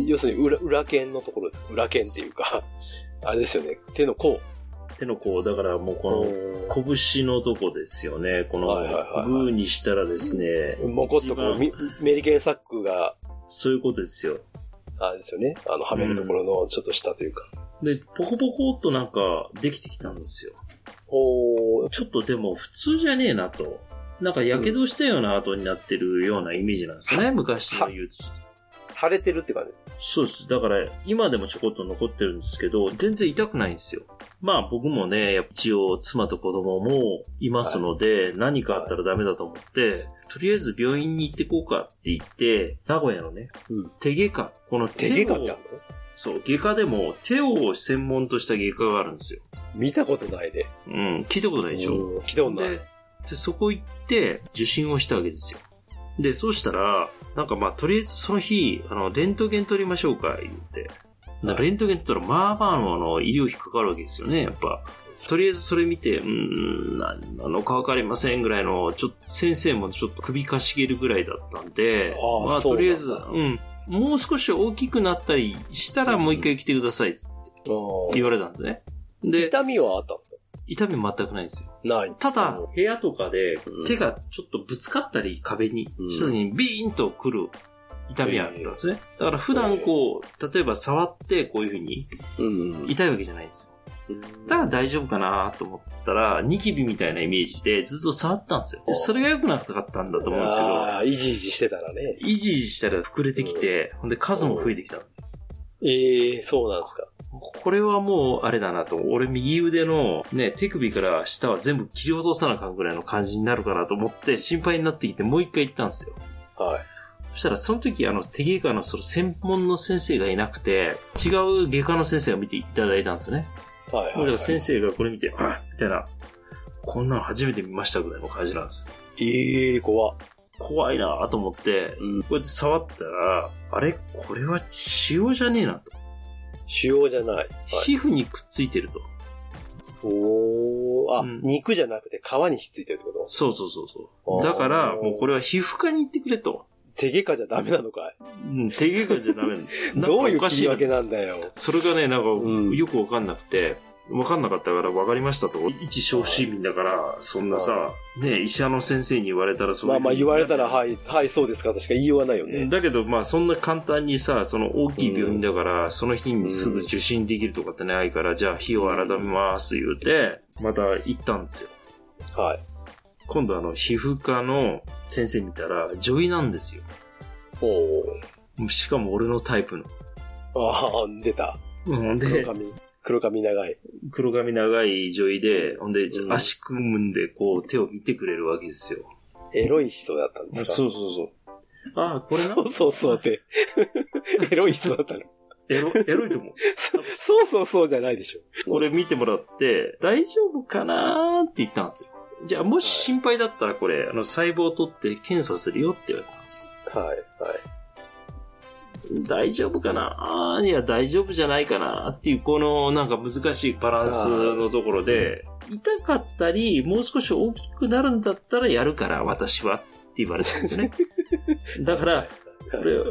Speaker 3: 要するに裏、裏剣のところです。裏剣っていうか、あれですよね。手の甲。
Speaker 2: 手の甲、だからもうこの、拳のとこですよね。この
Speaker 3: はいはいはいはい
Speaker 2: グーにしたらですね、
Speaker 3: もこっとこう、
Speaker 2: 一番
Speaker 3: みメリケンサックが、
Speaker 2: そういうことですよ。
Speaker 3: あれですよね。あの、はめるところのちょっと下というか。
Speaker 2: で、ポコポコっとなんかできてきたんですよ。
Speaker 3: おー
Speaker 2: ちょっとでも普通じゃねえなと。なんか火傷したような跡になってるようなイメージなんですね、昔の言うと。
Speaker 3: 腫れてるって感じ。
Speaker 2: そうです。だから今でもちょこっと残ってるんですけど、全然痛くないんですよ。まあ僕もね、やっぱ一応妻と子供もいますので、何かあったらダメだと思って、とりあえず病院に行ってこうかって言って、名古屋のね、
Speaker 3: うん
Speaker 2: 手外科。この
Speaker 3: 手外科
Speaker 2: を
Speaker 3: ってあるの
Speaker 2: そう、外科でも手を専門とした外科があるんですよ。
Speaker 3: 見たことないで。
Speaker 2: うん、聞いたことないでしょ。
Speaker 3: うん聞いたことない。
Speaker 2: ででそこ行って受診をしたわけですよでそうしたらなんかまあとりあえずその日あのレントゲン取りましょうか言ってだ
Speaker 3: はい
Speaker 2: レントゲン取ったらまあまあのあの医療費かかるわけですよねやっぱとりあえずそれ見てうーん何なのか分かりませんぐらいのちょっと先生もちょっと首かしげるぐらいだったんで
Speaker 3: ああ
Speaker 2: まあ
Speaker 3: そう
Speaker 2: とり
Speaker 3: なんだ
Speaker 2: あえずうんもう少し大きくなったりしたらもう一回来てくださいって
Speaker 3: うん
Speaker 2: 言われたんですねで
Speaker 3: 痛みはあったんですか
Speaker 2: 痛み全くないんですよ
Speaker 3: ない。
Speaker 2: ただ
Speaker 3: うん、
Speaker 2: 部屋とかで
Speaker 3: うん
Speaker 2: 手がちょっとぶつかったり壁にした時にビーンと来る痛みがあったんですね。だから普段こう、例えば触ってこういう風に
Speaker 3: うん。
Speaker 2: 痛いわけじゃないんですよ。だから大丈夫かなと思ったら、ニキビみたいなイメージでずっと触ったんですよ。でそれが良くなったかったんだと思うんですけど、
Speaker 3: ああ、いじいじしてたらね。
Speaker 2: イジイジしたら膨れてきて、ほんで数も増えてきた。
Speaker 3: ええそうなんですか。
Speaker 2: これはもうあれだなと。俺右腕のね、手首から下は全部切り落とさなあかんぐらいの感じになるかなと思って心配になってきてもう一回行ったんですよ。
Speaker 3: はい。
Speaker 2: そしたらその時あの手外科のその専門の先生がいなくて、違う外科の先生を見ていただいたんですよね。
Speaker 3: は
Speaker 2: だ
Speaker 3: いはい、
Speaker 2: か
Speaker 3: は
Speaker 2: ら
Speaker 3: い。
Speaker 2: 先生がこれ見て、あみたいな、こんなの初めて見ましたぐらいの感じなんですよ。
Speaker 3: ええ怖っ。
Speaker 2: 怖いなと思って、
Speaker 3: うん。
Speaker 2: こうやって触ったら、あれこれは腫瘍じゃねえなと。
Speaker 3: 腫瘍じゃない。はい。
Speaker 2: 皮膚にくっついてると。
Speaker 3: おー、あ、
Speaker 2: うん
Speaker 3: 肉じゃなくて皮にひっついてるってこと
Speaker 2: そうそうそうそ
Speaker 3: あ
Speaker 2: う。
Speaker 3: ー
Speaker 2: だから、もうこれは皮膚科に行ってくれと。
Speaker 3: 手外科じゃダメなのかい
Speaker 2: うん、手外科じゃ ダメなんだ
Speaker 3: どう
Speaker 2: な
Speaker 3: い
Speaker 2: ん
Speaker 3: う
Speaker 2: かおか
Speaker 3: 切
Speaker 2: し
Speaker 3: り
Speaker 2: いな
Speaker 3: 分けなんだよ。
Speaker 2: それがね、なんか、
Speaker 3: うん
Speaker 2: よくわかんなくて、わかんなかったから、わかりましたと。一小市民だから、そんなさ、ね、医者の先生に言われたらそう
Speaker 3: ま
Speaker 2: い
Speaker 3: あ
Speaker 2: う。
Speaker 3: まあ言われた
Speaker 2: い。
Speaker 3: ら、はい、はい、そうですかとしか言いようがないよね。
Speaker 2: だけど、まあ、そんな簡単にさ、その大きい病院だから、その日にすぐ受診できるとかってないから、じゃあ、日を改めます、言うて、また行ったんですよ。
Speaker 3: はい。
Speaker 2: 今度、あの、皮膚科の先生見たら、女医なんですよ。
Speaker 3: おお。
Speaker 2: しかも俺のタイプの。
Speaker 3: ああ、出た。
Speaker 2: うん、
Speaker 3: 黒
Speaker 2: で、
Speaker 3: 髪。黒髪長い。
Speaker 2: 黒髪長い女医で、ほんで、
Speaker 3: うん
Speaker 2: 足組んで、こう、手を見てくれるわけですよ。
Speaker 3: エロい人だったんですか
Speaker 2: うそうそう。ああ、これな
Speaker 3: そうそうそうって。エロい人だったの。
Speaker 2: エロ、エロいと 思う。
Speaker 3: そそうそうそうじゃないでしょ。
Speaker 2: これ見てもらって、大丈夫かなーって言ったんですよ。じゃあ、もし心配だったらこれ、あの、細胞を取って検査するよって言われたんですよ。
Speaker 3: はい、はい。
Speaker 2: 大丈夫かなあーいや、大丈夫じゃないかなっていう、この、なんか難しいバランスのところで、痛かったり、もう少し大きくなるんだったらやるから、私は。って言われたんですよ ね。だから、これ、も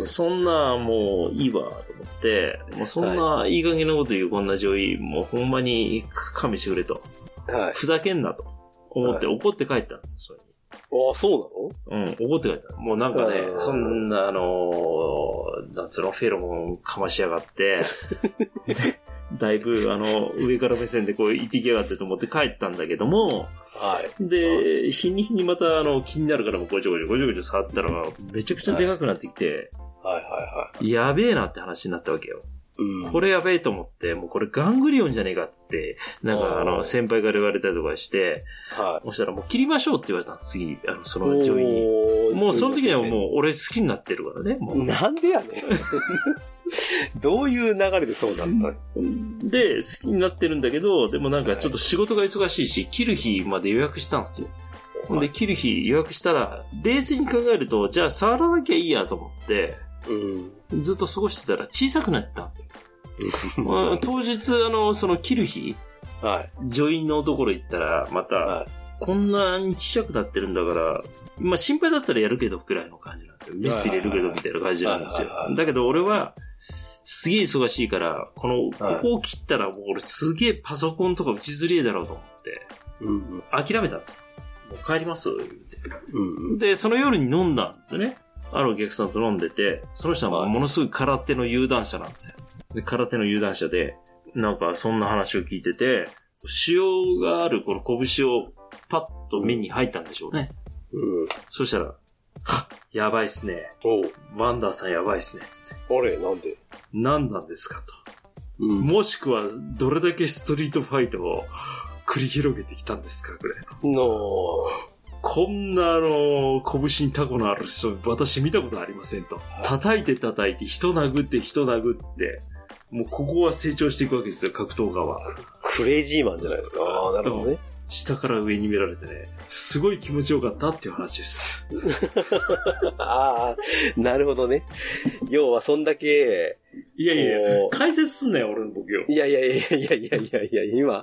Speaker 2: うそんな、もういいわ、と思って、もうそんな、いい加減なこと言うこんな女医、もうほんまに勘弁してくれと。
Speaker 3: はい。
Speaker 2: ふざけんなと思って
Speaker 3: は
Speaker 2: 怒って帰ったんですよ、それに。
Speaker 3: ああ、そう
Speaker 2: うん、怒って帰った。もうなんかね
Speaker 3: あ、ー
Speaker 2: そんな、あのー、なんつうの、フェロモンかましやが って、だいぶ、あの、上から目線でこう、行ってきやがってと思って帰ったんだけども、
Speaker 3: なのはい。
Speaker 2: で、日に日にまた、あの、気になるからもうごちょごちょごちょごちょ触ったのが、めちゃくちゃでかくなってきて、
Speaker 3: はい、は
Speaker 2: やべえなって話になったわけよ。
Speaker 3: い、はい。うん。
Speaker 2: これやべえと思って、もうこれガングリオンじゃねえかっつって、なんか、あ
Speaker 3: あー
Speaker 2: の、先輩から言われたりとかして、
Speaker 3: は
Speaker 2: そしたらもう切りましょうって言われたの、次、あの、そ
Speaker 3: い。
Speaker 2: の女医に。
Speaker 3: おー
Speaker 2: もうその時にはもう俺好きになってるからね、もう。
Speaker 3: なんでやねん。 どういう流れでそうなったの
Speaker 2: で、好きになってるんだけど、でもなんかちょっと仕事が忙しいし、切る日まで予約したんですよ。ほんで、切る日予約したら、冷静に考えると、じゃあ触らなきゃいいやと思って、
Speaker 3: うん。
Speaker 2: ずっと過ごしてたら小さくなったんですよ。まあ
Speaker 3: は
Speaker 2: 当日、あの、その切る日、
Speaker 3: い。
Speaker 2: 女員のところ行ったら、また、
Speaker 3: は
Speaker 2: こんなに小さくなってるんだから、まあ心配だったらやるけどくらいの感じなんですよ。メス入れるけどみたいな感じなんですよ
Speaker 3: はいはいはいは。い
Speaker 2: だけど俺は、すげえ忙しいから、この、
Speaker 3: はい
Speaker 2: ここを切ったらもう俺すげえパソコンとか打ちづれえだろうと思って、
Speaker 3: い。うん。
Speaker 2: 諦めたんですよ。もう帰ります言
Speaker 3: うん。
Speaker 2: うてで、その夜に飲んだんですよね。あるお客さんと飲んでて、その人はものすごい空手の有段者なんですよ。で、空手の有段者で、なんかそんな話を聞いてて、塩があるこの拳をパッと目に入ったんでしょうね。
Speaker 3: うん。
Speaker 2: そしたら、はっやばいっすね。
Speaker 3: おう
Speaker 2: ワンダーさんやばいっすね。つって。
Speaker 3: あれ、なんで
Speaker 2: 何なんですか
Speaker 3: う
Speaker 2: と。もしくは、どれだけストリートファイトを繰り広げてきたんですかぐらいの。
Speaker 3: の
Speaker 2: こんな、あの、拳にタコのある人、私見たことありませんと。叩いて叩いて、人殴って人殴って、もうここは成長していくわけですよ、格闘家は。
Speaker 3: クレイジーマンじゃないですか。ああ、なるほどね。
Speaker 2: 下から上に見られてね、すごい気持ちよかったっていう話です。
Speaker 3: ああ、なるほどね。要は、そんだけ、
Speaker 2: いやいや
Speaker 3: こう
Speaker 2: 解説すんなよ、俺の僕よ。
Speaker 3: いやいやいやいやいやいやいや、今、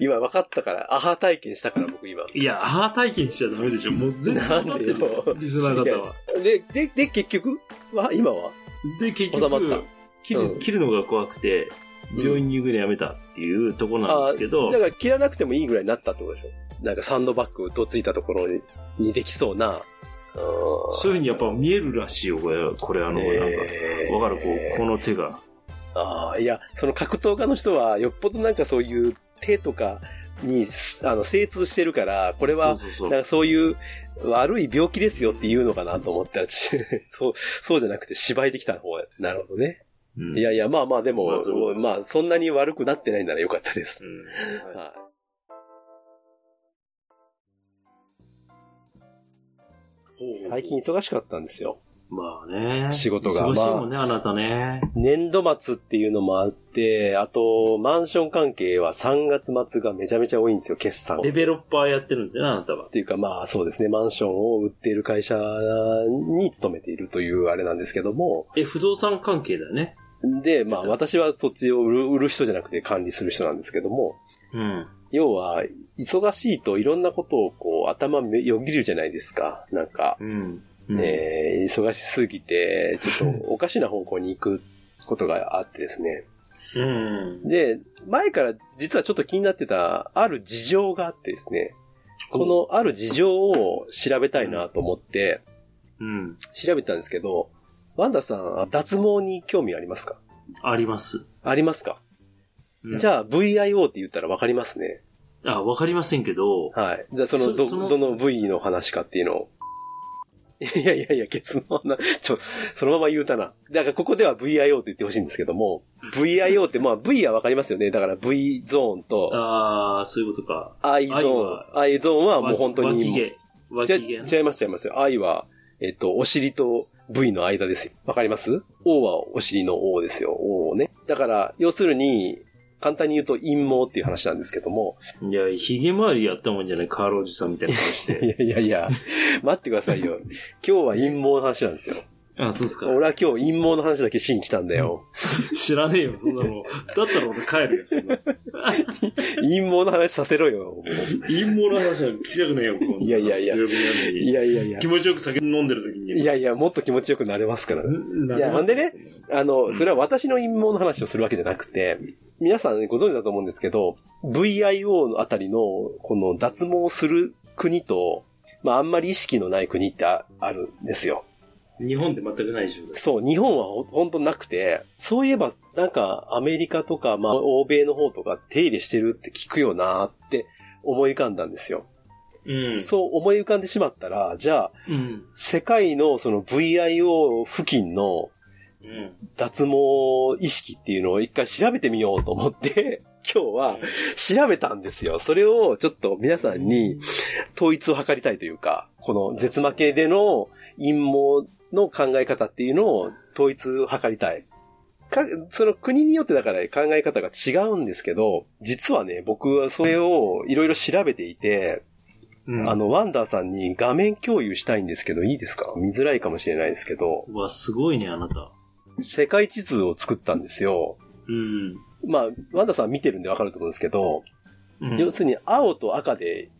Speaker 3: 今分かったから、アハ体験したから僕今。
Speaker 2: いや、アー体験しちゃダメでしょ。もう全然分かってる
Speaker 3: なんで
Speaker 2: よ
Speaker 3: よ。
Speaker 2: リスナー方は。
Speaker 3: で、で、で、結局は今は
Speaker 2: で、結
Speaker 3: 収まった
Speaker 2: 局、切る
Speaker 3: う、ん
Speaker 2: 切るのが怖くて、病院に行くのやめたっていうところなんですけど
Speaker 3: だ、から切らなくてもいいぐらいになったってことでしょなんかサンドバッグどついたところににできそうな。
Speaker 2: そういうふうにやっぱ見えるらしいよ、これ、これあの、なん
Speaker 3: えー
Speaker 2: か、わかる、こう、この手が。
Speaker 3: ああ、いや、その格闘家の人はよっぽどなんかそういう手とかにすあの精通してるから、これは
Speaker 2: そうそう
Speaker 3: なん
Speaker 2: そう。
Speaker 3: かそういう悪い病気ですよって言うのかなと思ったら、 ちそう、そうじゃなくて芝居できた方が。なるほどね。
Speaker 2: うん
Speaker 3: いやいや、まあまあでも、
Speaker 2: ま
Speaker 3: ま
Speaker 2: あそうです
Speaker 3: あ、そんなに悪くなってないならよかったです。
Speaker 2: うん
Speaker 3: はい最近。忙しかったんですよ。
Speaker 2: まあね。
Speaker 3: 仕事が
Speaker 2: 忙しいもんね、あなたね。
Speaker 3: 年度末っていうのもあって、あと、マンション関係は3月末がめちゃめちゃ多いんですよ、決算。
Speaker 2: デベロッパーやってるんですよね、あなたは
Speaker 3: っ。ていうかまあそうですね、マンションを売っている会社に勤めているというあれなんですけども、
Speaker 2: え、不動産関係だよね。
Speaker 3: で、まあ私はそっちを売る売る人じゃなくて管理する人なんですけども、
Speaker 2: うん。
Speaker 3: 要は、忙しいといろんなことをこう頭よぎるじゃないですか。なんか、
Speaker 2: うん。うん
Speaker 3: えー忙しすぎて、ちょっとおかしな方向に行くことがあってですね。
Speaker 2: うん。
Speaker 3: で、前から実はちょっと気になってた、ある事情があってですね、このある事情を調べたいなと思って、
Speaker 2: うん。
Speaker 3: 調べたんですけど、ワンダさん、脱毛に興味ありますか
Speaker 2: あります。
Speaker 3: ありますか、じ
Speaker 2: あ。
Speaker 3: ゃあ、VIO って言ったらわかりますね。
Speaker 2: あ、わかりませんけど、
Speaker 3: はい。じゃあ、その、ど、
Speaker 2: そその
Speaker 3: どの部位の話かっていうのを。いやいやいや、ケツの穴、ちょ、そのまま言うたな。だから、ここでは VIO って言ってほしいんですけども、VIO って、まあ、V はわかりますよね。だから、V ゾーンと、
Speaker 2: ああ、そういうことか。
Speaker 3: I ゾ
Speaker 2: 愛
Speaker 3: ーン。
Speaker 2: は
Speaker 3: I ゾーンは
Speaker 2: わ
Speaker 3: もう本当に、
Speaker 2: 脇毛。
Speaker 3: じゃ
Speaker 2: 脇毛。
Speaker 3: 違います、違います。愛は、えっと、お尻と V の間ですよ。わかります ?O はお尻の O ですよ。O ね。だから、要するに、簡単に言うと陰謀っていう話なんですけども、
Speaker 2: いや、ひげ周りやったもんじゃない、カールおじさんみたいな顔し
Speaker 3: い
Speaker 2: て。
Speaker 3: やいやいや、待ってくださいよ。今日は陰謀の話なんですよ。
Speaker 2: あ、そうですか。
Speaker 3: 俺は今日陰謀の話だけしに来たんだよ。
Speaker 2: 知らねえよ、そんなの。だったら俺帰るよ、そんな。
Speaker 3: 陰謀の話させろよ。もう
Speaker 2: 陰謀の話は聞きたくないよ、こんない
Speaker 3: やいやいや
Speaker 2: 土曜日なのに
Speaker 3: いやいやいや
Speaker 2: 気。持ちよく酒飲んでる時に。
Speaker 3: いやいや、もっと気持ちよくなれますからね。
Speaker 2: ん、
Speaker 3: いやなんでねあの、それは私の陰謀の話をするわけじゃなくて、皆さんご存知だと思うんですけど、VIO のあたりの、この脱毛する国と、まああんまり意識のない国ってああるんですよ。
Speaker 2: 日本で全くないでしょ。
Speaker 3: そう、日本はほほんとなくて、そういえばなんかアメリカとか、まあ欧米の方とか手入れしてるって聞くよなーって思い浮かんだんですよ。
Speaker 2: うん。
Speaker 3: そう思い浮かんでしまったら、じゃあ、
Speaker 2: うん。
Speaker 3: 世界のその VIO 付近の
Speaker 2: うん。
Speaker 3: 脱毛意識っていうのを一回調べてみようと思って、 今日は調べたんですよ。それをちょっと皆さんに統一を図りたいというか、この絶負けでの陰謀の考え方っていうのを統一を図りたい。か、その国によってだから考え方が違うんですけど、実はね、僕はそれをいろいろ調べていて、
Speaker 2: うん。
Speaker 3: あの、ワンダーさんに画面共有したいんですけど、いいですか見づらいかもしれないですけど、
Speaker 2: うわ、すごいね、あなた。
Speaker 3: 世界地図を作ったんですよ。
Speaker 2: うん。
Speaker 3: まあ、ワンダさん見てるんでわかると思うんですけど、
Speaker 2: うん
Speaker 3: 要するに青と赤で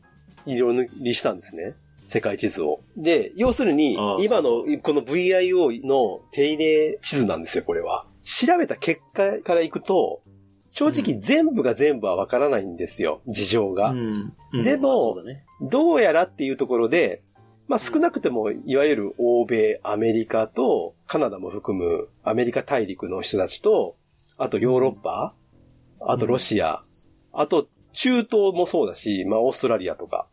Speaker 3: 色塗りしたんですね。世界地図を。で、要するに
Speaker 2: ああ、
Speaker 3: 今のこの VIO の手入れ地図なんですよ、これは。調べた結果からいくと、正直全部が全部はわからないんですよ、事情が。
Speaker 2: うんうん
Speaker 3: でも
Speaker 2: まあそうだね
Speaker 3: どうやらっていうところで、まあ少なくても、いわゆる欧米、アメリカと、カナダも含むアメリカ大陸の人たちと、あとヨーロッパ、あとロシア、あと中東もそうだし、まあオーストラリアとか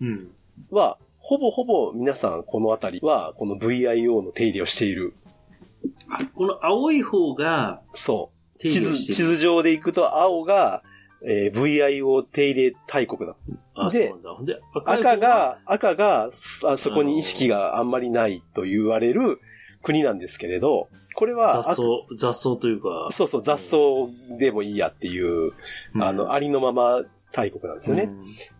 Speaker 2: うん。
Speaker 3: は、ほぼほぼ皆さんこの辺りは、この VIO の手入れをしている。
Speaker 2: あこの青い方が
Speaker 3: そ
Speaker 2: 手
Speaker 3: う。
Speaker 2: 入
Speaker 3: 地
Speaker 2: れを
Speaker 3: 図、
Speaker 2: して
Speaker 3: 地
Speaker 2: る、
Speaker 3: 図上で行くと青が、えー VIO 手入れ大国だ
Speaker 2: あ
Speaker 3: で
Speaker 2: そうなんだほんで、赤い方
Speaker 3: 赤が、、赤が、そあそこに意識があんまりないと言われる国なんですけれど、これは、
Speaker 2: 雑草、雑草というか
Speaker 3: あ、そうそう、雑草でもいいやっていう、
Speaker 2: うん
Speaker 3: あの、ありのまま大国なんですよね。。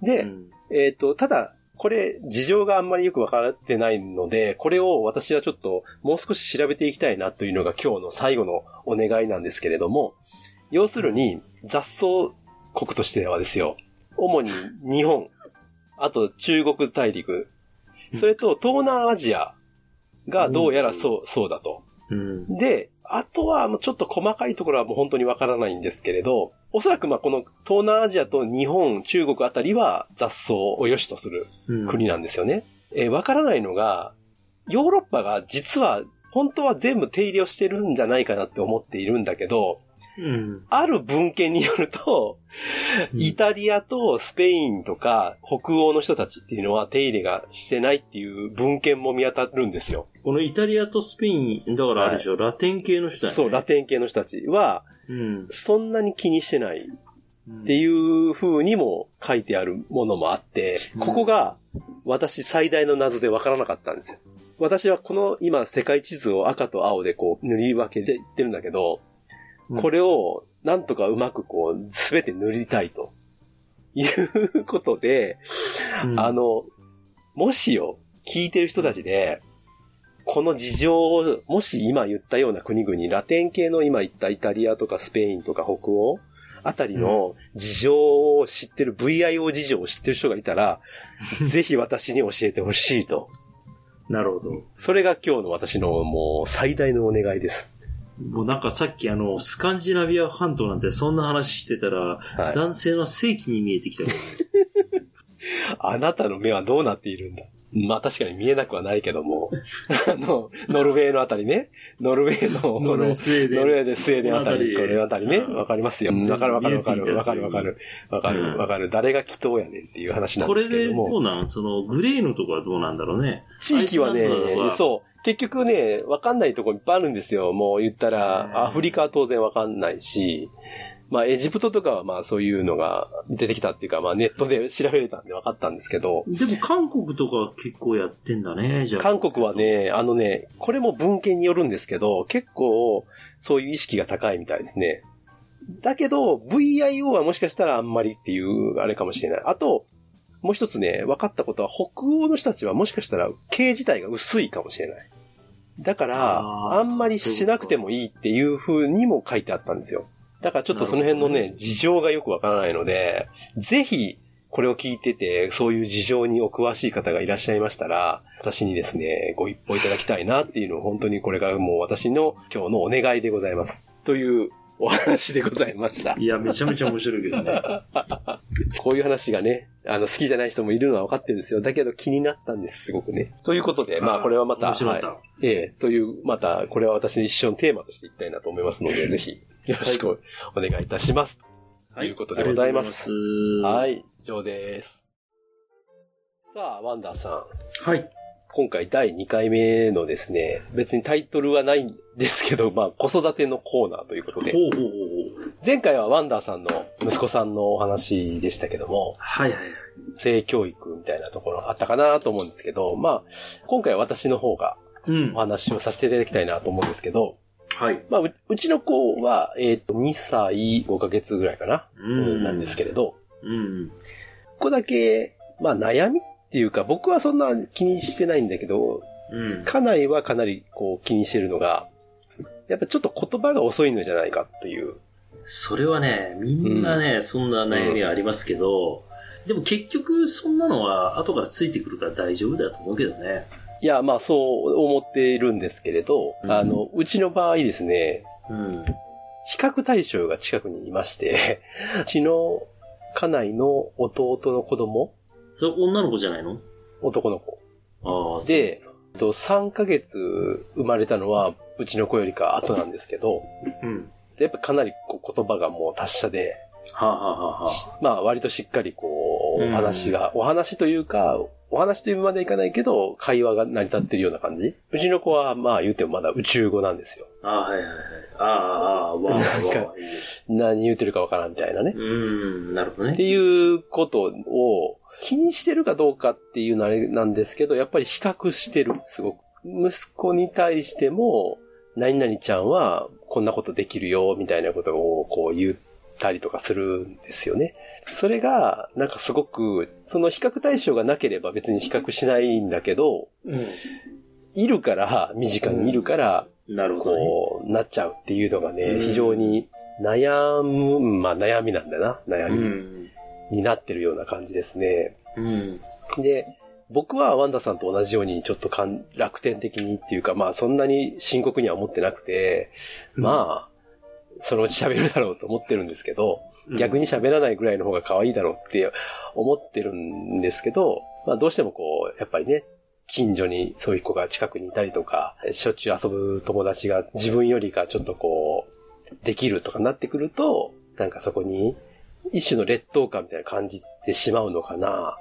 Speaker 2: う
Speaker 3: で、
Speaker 2: ん
Speaker 3: えっ、と、ただ、これ、事情があんまりよくわかってないので、これを私はちょっと、もう少し調べていきたいなというのが今日の最後のお願いなんですけれども、要するに、雑草国としてはですよ、主に日本、あと中国大陸、それと東南アジアがどうやらそう、そうだと。
Speaker 2: うん。
Speaker 3: で、あとはもうちょっと細かいところはもう本当にわからないんですけれど、おそらくまあこの東南アジアと日本、中国あたりは雑草を良しとする
Speaker 2: うん
Speaker 3: 国なんですよね。えーわからないのが、ヨーロッパが実は本当は全部手入れをしてるんじゃないかなって思っているんだけど、
Speaker 2: うん。
Speaker 3: ある文献によると、
Speaker 2: うん
Speaker 3: イタリアとスペインとか北欧の人たちっていうのは手入れがしてないっていう文献も見当たるんですよ。
Speaker 2: このイタリアとスペイン、だからあれでしょ、ラテン系の人だよね。
Speaker 3: そう、ラテン系の人たちは、
Speaker 2: うん。
Speaker 3: そんなに気にしてないっ
Speaker 2: ってう
Speaker 3: いう風にも書いてあるものもあって、
Speaker 2: うん
Speaker 3: ここが私最大の謎でわからなかったんですよ。私はこの今世界地図を赤と青でこう塗り分けていってるんだけど、
Speaker 2: うん
Speaker 3: これをなんとかうまくこうすべて塗りたいということで、
Speaker 2: ん、
Speaker 3: あの、もしよ、聞いてる人たちで、この事情を、もし今言ったような国々、ラテン系の今言ったイタリアとかスペインとか北欧あたりの事情を知ってる、VIO 事情を知ってる人がい たら、ぜひ私に教えてほしいと。
Speaker 2: なるほど。
Speaker 3: それが今日の私のもう最大のお願いです。
Speaker 2: もうなんかさっきあの、スカンジナビア半島なんてそんな話してたら、
Speaker 3: はい。
Speaker 2: 男性の正規に見えてきたよね。
Speaker 3: あなたの目はどうなっているんだまあ確かに見えなくはないけども、 あの、ノルウェーのあたりね、ノルウェーの、 こ
Speaker 2: ノルウェ
Speaker 3: の
Speaker 2: ースウェーデン。
Speaker 3: ノルウェーでスウェーデンあたり、こ
Speaker 2: こ
Speaker 3: れ
Speaker 2: の
Speaker 3: あたりね。わかりますよ。
Speaker 2: うん
Speaker 3: わかるわかるわかる。
Speaker 2: 見え
Speaker 3: わ
Speaker 2: てきた
Speaker 3: か
Speaker 2: し
Speaker 3: るわかる。わか
Speaker 2: う
Speaker 3: る
Speaker 2: ん
Speaker 3: わかる。誰が祈祷やねんっていう話なん
Speaker 2: こ
Speaker 3: で
Speaker 2: れ
Speaker 3: すけれ
Speaker 2: で
Speaker 3: ど
Speaker 2: ど
Speaker 3: も。
Speaker 2: うなんそのグレーのとこはどうなんだろうね。
Speaker 3: 地域はね
Speaker 2: アイスランドは、
Speaker 3: そう。結局ね、わかんないとこいっぱいあるんですよ。もう言った
Speaker 2: う
Speaker 3: ら、
Speaker 2: ん
Speaker 3: アフリカは当然わかんないし、まあ、エジプトとかはまあ、そういうのが出てきたっていうか、まあ、ネットで調べれたんで分かったんですけど、
Speaker 2: でも韓国とか結構やってんだね、じゃあ。
Speaker 3: 韓国はね、あのね、これも文献によるんですけど、結構、そういう意識が高いみたいですね。だけど、VIO はもしかしたらあんまりっていう、あれかもしれない。あと、もう一つね、分かったことは、北欧の人たちはもしかしたら、毛自体が薄いかもしれない。だから、
Speaker 2: あー
Speaker 3: あんまりしなくてもいいっていう風にも書いてあったんですよ。だからちょっとその辺の
Speaker 2: なる
Speaker 3: ね
Speaker 2: ほ、ど
Speaker 3: 事情がよくわからないので、ぜひ、これを聞いてて、そういう事情にお詳しい方がいらっしゃいましたら、私にですね、ご一報いただきたいなっていうのを本当にこれがもう私の今日のお願いでございます。というお話でござい ました。
Speaker 2: いや、めちゃめちゃ面白いけど ね。
Speaker 3: こういう話がね、あの、好きじゃない人もいるのは分かってるんですよ。だけど気になったんです、すごくね。ということで、まあこれはまた、
Speaker 2: 面白かった。
Speaker 3: はいええという、また、これは私の一生のテーマとしていきたいなと思いますので、ぜひ、よろしくお願いいたします。ということでございます
Speaker 2: ありがとうござ
Speaker 3: はいい、以上です。さあ、ワンダーさん。
Speaker 2: ます。はい。
Speaker 3: 今回第2回目のですね、別にタイトルはないんですけど、ま あ、子育てのコーナーということで
Speaker 2: ほ、うほうほうほう。
Speaker 3: 前回はワンダーさんの息子さんのお話でしたけども、
Speaker 2: はいはいはい。
Speaker 3: 性教育みたいなところあったかなと思うんですけど、まあ、今回は私の方が
Speaker 2: うん。
Speaker 3: お話をさせていただきたいなと思うんですけど、
Speaker 2: はい。
Speaker 3: まあ、ううちの子は、えっ、と、2歳5ヶ月ぐらいかな、
Speaker 2: う
Speaker 3: なんですけれど、
Speaker 2: うん。
Speaker 3: ここだけ、まあ、悩みっていうか、僕はそんな気にしてないんだけど、
Speaker 2: うん。
Speaker 3: 家内はかなりこう気にしてるのが、やっぱちょっと言葉が遅いのじゃないかっていう。
Speaker 2: それはね、みんなね、そんな悩みはありますけど、でも結局そんなのは後からついてくるから大丈夫だと思うけどね。
Speaker 3: いや、まあそう思っているんですけれど、
Speaker 2: うん
Speaker 3: あの、うちの場合ですね、
Speaker 2: うん。
Speaker 3: 比較対象が近くにいまして、 うちの家内の弟の子供、
Speaker 2: それ女の子じゃないの
Speaker 3: 男の子。
Speaker 2: ああ、そう
Speaker 3: で、えっと3ヶ月生まれたのは、うちの子よりか後なんですけど、
Speaker 2: うん。
Speaker 3: やっぱかなりこう言葉がもう達者で、
Speaker 2: はあ、はあはあはあ、
Speaker 3: まあ割としっかりこう、
Speaker 2: うん
Speaker 3: お話が、お話というか、お話というまでいかないけど、会話が成り立ってるような感じ。うちの子はまあ言うてもまだ宇宙語なんですよ。
Speaker 2: ああ、はいはいはい。ああ、ああ、わあ、わあわあ。いいです
Speaker 3: 何言うてるかわからんみたいなね
Speaker 2: う。ん、なるほど
Speaker 3: って
Speaker 2: ね。
Speaker 3: いうことを気にしてるかどうかっていうのはあれなんですけど、やっぱり比較してる、すごく。息子に対しても、何々ちゃんはこんなことできるよ、みたいなことをこう言ったりとかするんですよね。それが、なんかすごく、その比較対象がなければ別に比較しないんだけど、
Speaker 2: う
Speaker 3: いるから、身近にいるから、
Speaker 2: ん。なるほどね。
Speaker 3: こう、なっちゃうっていうのが
Speaker 2: う
Speaker 3: ね、
Speaker 2: ん
Speaker 3: 非常に悩む、まあ悩みなんだな、悩
Speaker 2: う
Speaker 3: み。
Speaker 2: ん。
Speaker 3: になってるような感じですね。
Speaker 2: うん。
Speaker 3: で、僕はワンダさんと同じようにちょっとかん楽天的にっていうか、まあそんなに深刻には思ってなくて、まあ、そのうち喋るだろうと思ってるんですけど、
Speaker 2: うん
Speaker 3: 逆に喋らないぐらいの方が可愛いだろうって思ってるんですけど、まあどうしてもこう、やっぱりね、近所にそういう子が近くにいたりとか、しょっちゅう遊ぶ友達が自分よりかちょっとこう、できるとかなってくると、なんかそこに一種の劣等感みたいな感じてしまうのかな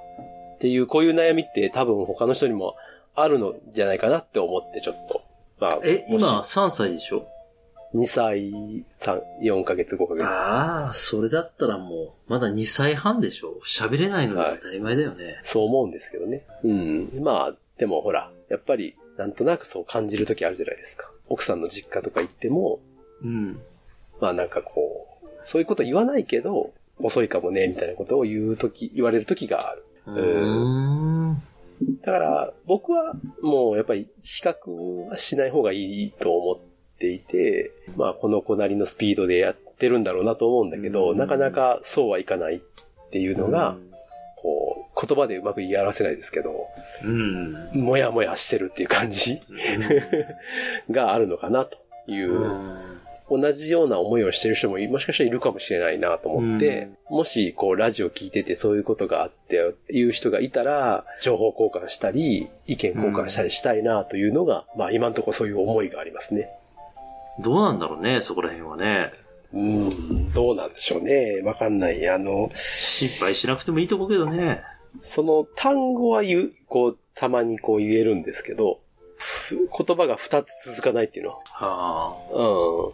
Speaker 3: っていう、こういう悩みって多分他の人にもあるのじゃないかなって思ってちょっと。まあ、
Speaker 2: え、
Speaker 3: もし
Speaker 2: 今3歳でしょ
Speaker 3: 2歳、3、4ヶ月、5ヶ月。
Speaker 2: ああ、それだったらもう、まだ2歳半でしょ喋れないのが当たり前だよね。
Speaker 3: そう思うんですけどね。うん。まあ、でもほら、やっぱり、なんとなくそう感じるときあるじゃないですか。奥さんの実家とか行っても、
Speaker 2: うん。
Speaker 3: まあなんかこう、そういうこと言わないけど、遅いかもね、みたいなことを言うとき、言われるときがある。
Speaker 2: うーん。
Speaker 3: だから、僕はもうやっぱり比較はしない方がいいと思っていて、まあこの子なりのスピードでやってるんだろうなと思うんだけど、
Speaker 2: うん
Speaker 3: なかなかそうはいかないっていうのが、こう、言葉でうまく言い表せないですけど、
Speaker 2: うん。うん。
Speaker 3: もやもやしてるっていう感じがあるのかなというう、
Speaker 2: ん
Speaker 3: 同じような思いをしてる人ももしかしたらいるかもしれないなと思って、もしこうラジオ聞いててそういうことがあっていう人がいたら、情報交換したり、意見交換したりしたいなというのが、まあ今のところそういう思いがありますね。
Speaker 2: どうなんだろうね、そこら辺はね。
Speaker 3: うん、どうなんでしょうね。わかんない。あの、
Speaker 2: 心配しなくてもいいとこけどね。
Speaker 3: その単語は言う、こう、たまにこう言えるんですけど、ふ言葉が2つ続かないっていうのは
Speaker 2: ああ。
Speaker 3: う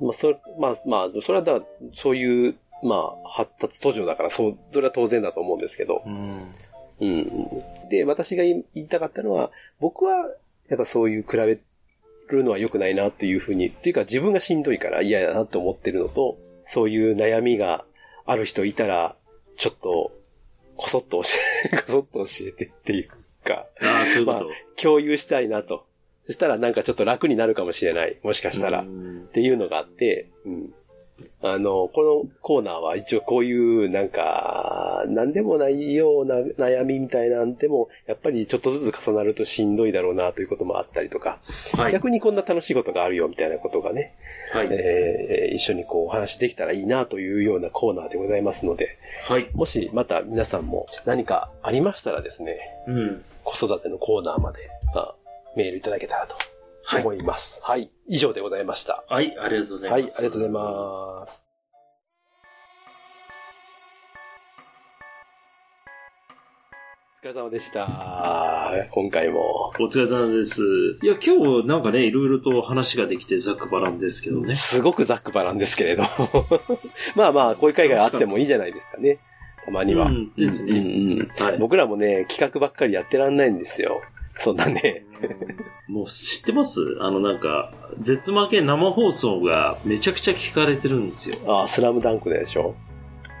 Speaker 3: まあ、そ、まあ、まあ、それはだ、そういう、まあ、発達途上だから、そう、それは当然だと思うんですけど。
Speaker 2: うん。
Speaker 3: うん。で、私が言いたかったのは、僕は、やっぱそういう比べるのは良くないなっていうふうに、っていうか自分がしんどいから嫌だなって思ってるのと、そういう悩みがある人いたら、ちょっと、こそっと教え、 こそっと教えてっていうか、
Speaker 2: ああ、そういうこと。
Speaker 3: 共有したいなと。そしたらなんかちょっと楽になるかもしれない。もしかしたら。
Speaker 2: うん
Speaker 3: っていうのがあって、うん。あの、このコーナーは一応こういうなんか、なんでもないような悩みみたいなんでも、やっぱりちょっとずつ重なるとしんどいだろうなということもあったりとか、
Speaker 2: はい。
Speaker 3: 逆にこんな楽しいことがあるよみたいなことがね、
Speaker 2: はい。
Speaker 3: えー一緒にこうお話できたらいいなというようなコーナーでございますので、
Speaker 2: はい。
Speaker 3: もしまた皆さんも何かありましたらですね、
Speaker 2: うん。
Speaker 3: 子育てのコーナーまで、まあ、メールいただけたらと
Speaker 2: はい
Speaker 3: 思。います。はい、以上でございました。
Speaker 2: はい、ありがとうござい
Speaker 3: は
Speaker 2: ま
Speaker 3: い、あり
Speaker 2: す。
Speaker 3: がとうございます。お疲れ様でした。今回も。
Speaker 2: お疲れ様です。いや、今日なんかね、いろいろと話ができてざっくばらんですけどね。
Speaker 3: すごくざっくばらんですけれど。 まあまあ、こういう会があってもいいじゃないですかね。たまには。
Speaker 2: うんですね
Speaker 3: うんうん
Speaker 2: は
Speaker 3: うん
Speaker 2: い。
Speaker 3: 僕らもね、企画ばっかりやってらんないんですよ。そんなね。
Speaker 2: うんもう知ってますあのなんか、絶負け生放送がめちゃくちゃ聞かれてるんですよ。
Speaker 3: ああ、スラムダンクでしょ。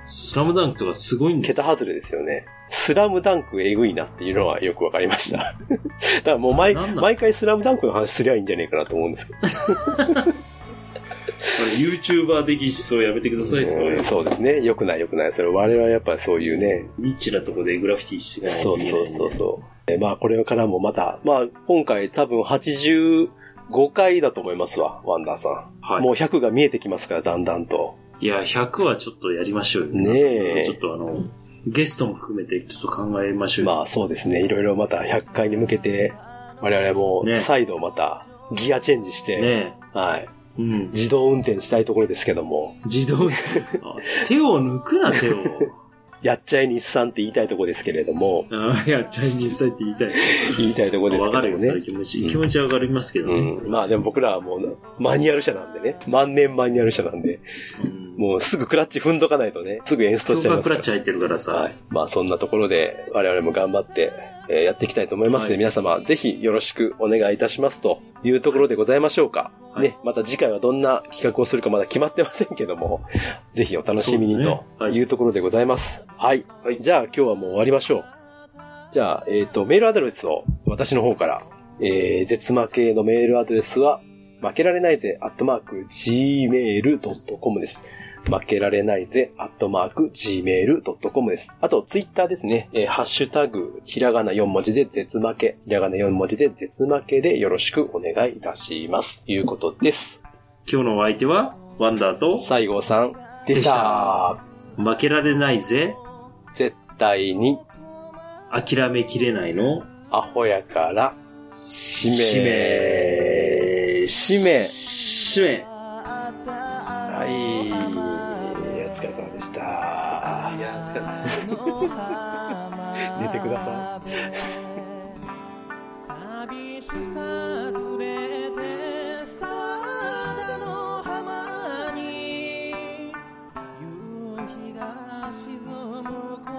Speaker 2: スラムダンクとかすごいんです
Speaker 3: 桁
Speaker 2: よ。
Speaker 3: 外れですよね。スラムダンクえぐいなっていうのはよくわかりました。 だからもう毎
Speaker 2: なんなの
Speaker 3: 毎回スラムダンクの話すりゃいいんじゃねえかなと思うんですけど。
Speaker 2: これ YouTuber 的思想やめてくださいとか
Speaker 3: うんそうですね。良くない良くない。それ我々はやっぱりそういうね。
Speaker 2: ニッチなとこでグラフィティしていかない
Speaker 3: そ
Speaker 2: と
Speaker 3: う
Speaker 2: いけないんで。
Speaker 3: そうそうそう。でまあこれからもまた、まあ今回多分85回だと思いますわ、ワンダーさん。
Speaker 2: はい。
Speaker 3: もう100が見えてきますから、だんだんと。
Speaker 2: いや、100はちょっとやりましょうよ。
Speaker 3: ねえ
Speaker 2: ちょっとあの、ゲストも含めてちょっと考えましょうよ。
Speaker 3: まあそうですね。いろいろまた100回に向けて、我々も
Speaker 2: ね
Speaker 3: 再度またギアチェンジして、
Speaker 2: ね
Speaker 3: は
Speaker 2: え。
Speaker 3: い。
Speaker 2: うん。
Speaker 3: 自動運転したいところですけども、
Speaker 2: 自 動あ手を抜くな、手を。
Speaker 3: やっちゃえ日産って言いたいところですけれども、
Speaker 2: ああ、いや、チャイニーズサイって言いたい。
Speaker 3: 言いたいところです
Speaker 2: わ
Speaker 3: け
Speaker 2: か
Speaker 3: ど
Speaker 2: る
Speaker 3: も
Speaker 2: よ、
Speaker 3: ね
Speaker 2: そ。れ気持ち。気持ちはわかりますけどね。
Speaker 3: うん、まあでも僕らはもうマニュアル車なんでね。万年マニュアル車なんで。
Speaker 2: うん
Speaker 3: もうすぐクラッチ踏んどかないとね。すぐエンストしち
Speaker 2: 強
Speaker 3: ゃいま
Speaker 2: 化ク
Speaker 3: すか
Speaker 2: ラ
Speaker 3: ら
Speaker 2: ッ。チ入ってるからさ。
Speaker 3: はい。まあそんなところで我々も頑張って、えーやっていきたいと思いますの
Speaker 2: は
Speaker 3: で、
Speaker 2: い
Speaker 3: 皆様ぜひよろしくお願いいたしますというところでございましょうか。
Speaker 2: はい
Speaker 3: ね。また次回はどんな企画をするかまだ決まってませんけども、ぜひお楽しみ
Speaker 2: そうで
Speaker 3: に
Speaker 2: す
Speaker 3: と
Speaker 2: ねはい
Speaker 3: いうところでございます。はい。
Speaker 2: はい
Speaker 3: じゃあ今日はもう終わりましょう。じゃあ、えっ、と、メールアドレスを私の方から、えー、絶負けのメールアドレスは、負けられないぜ、アットマーク、gmail.com です。負けられないぜ、アットマーク、gmail.com です。あと、ツイッターですね。えーハッシュタグ、ひらがな4文字で、絶負け。ひらがな4文字で、絶負けでよろしくお願いいたします。ということです。
Speaker 2: 今日のお相手は、ワンダーと、
Speaker 3: 西郷さんでし
Speaker 2: でしたた。負けられないぜ、
Speaker 3: 絶対に、
Speaker 2: 諦めきれないの、
Speaker 3: アホやから、使
Speaker 2: 使
Speaker 3: 命。
Speaker 2: 命。
Speaker 3: 使命
Speaker 2: 使命。
Speaker 3: はい。お疲れ様でした。いや、疲れ 寝てください。
Speaker 4: 寂しさ連れてさだの浜に夕日が沈む頃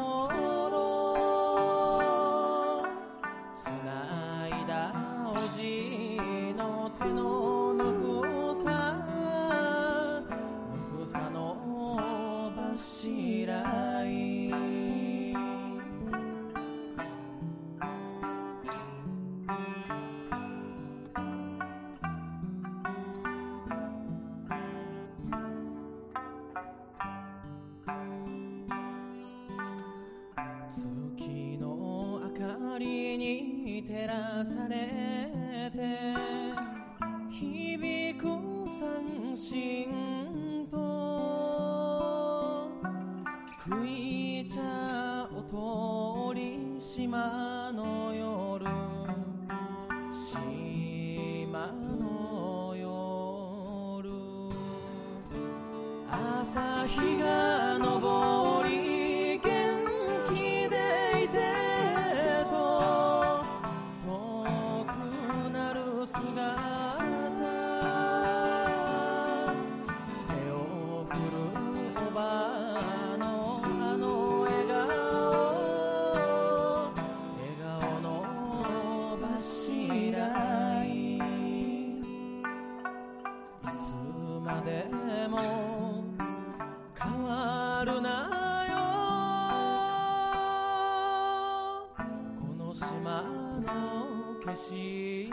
Speaker 4: 繋いだおじいの手のぬくさぬくさの柱い月の明かりに照らされて響く三振と食い茶お通り島の夜島の夜朝日が昇り元気でいてと遠くなる姿景色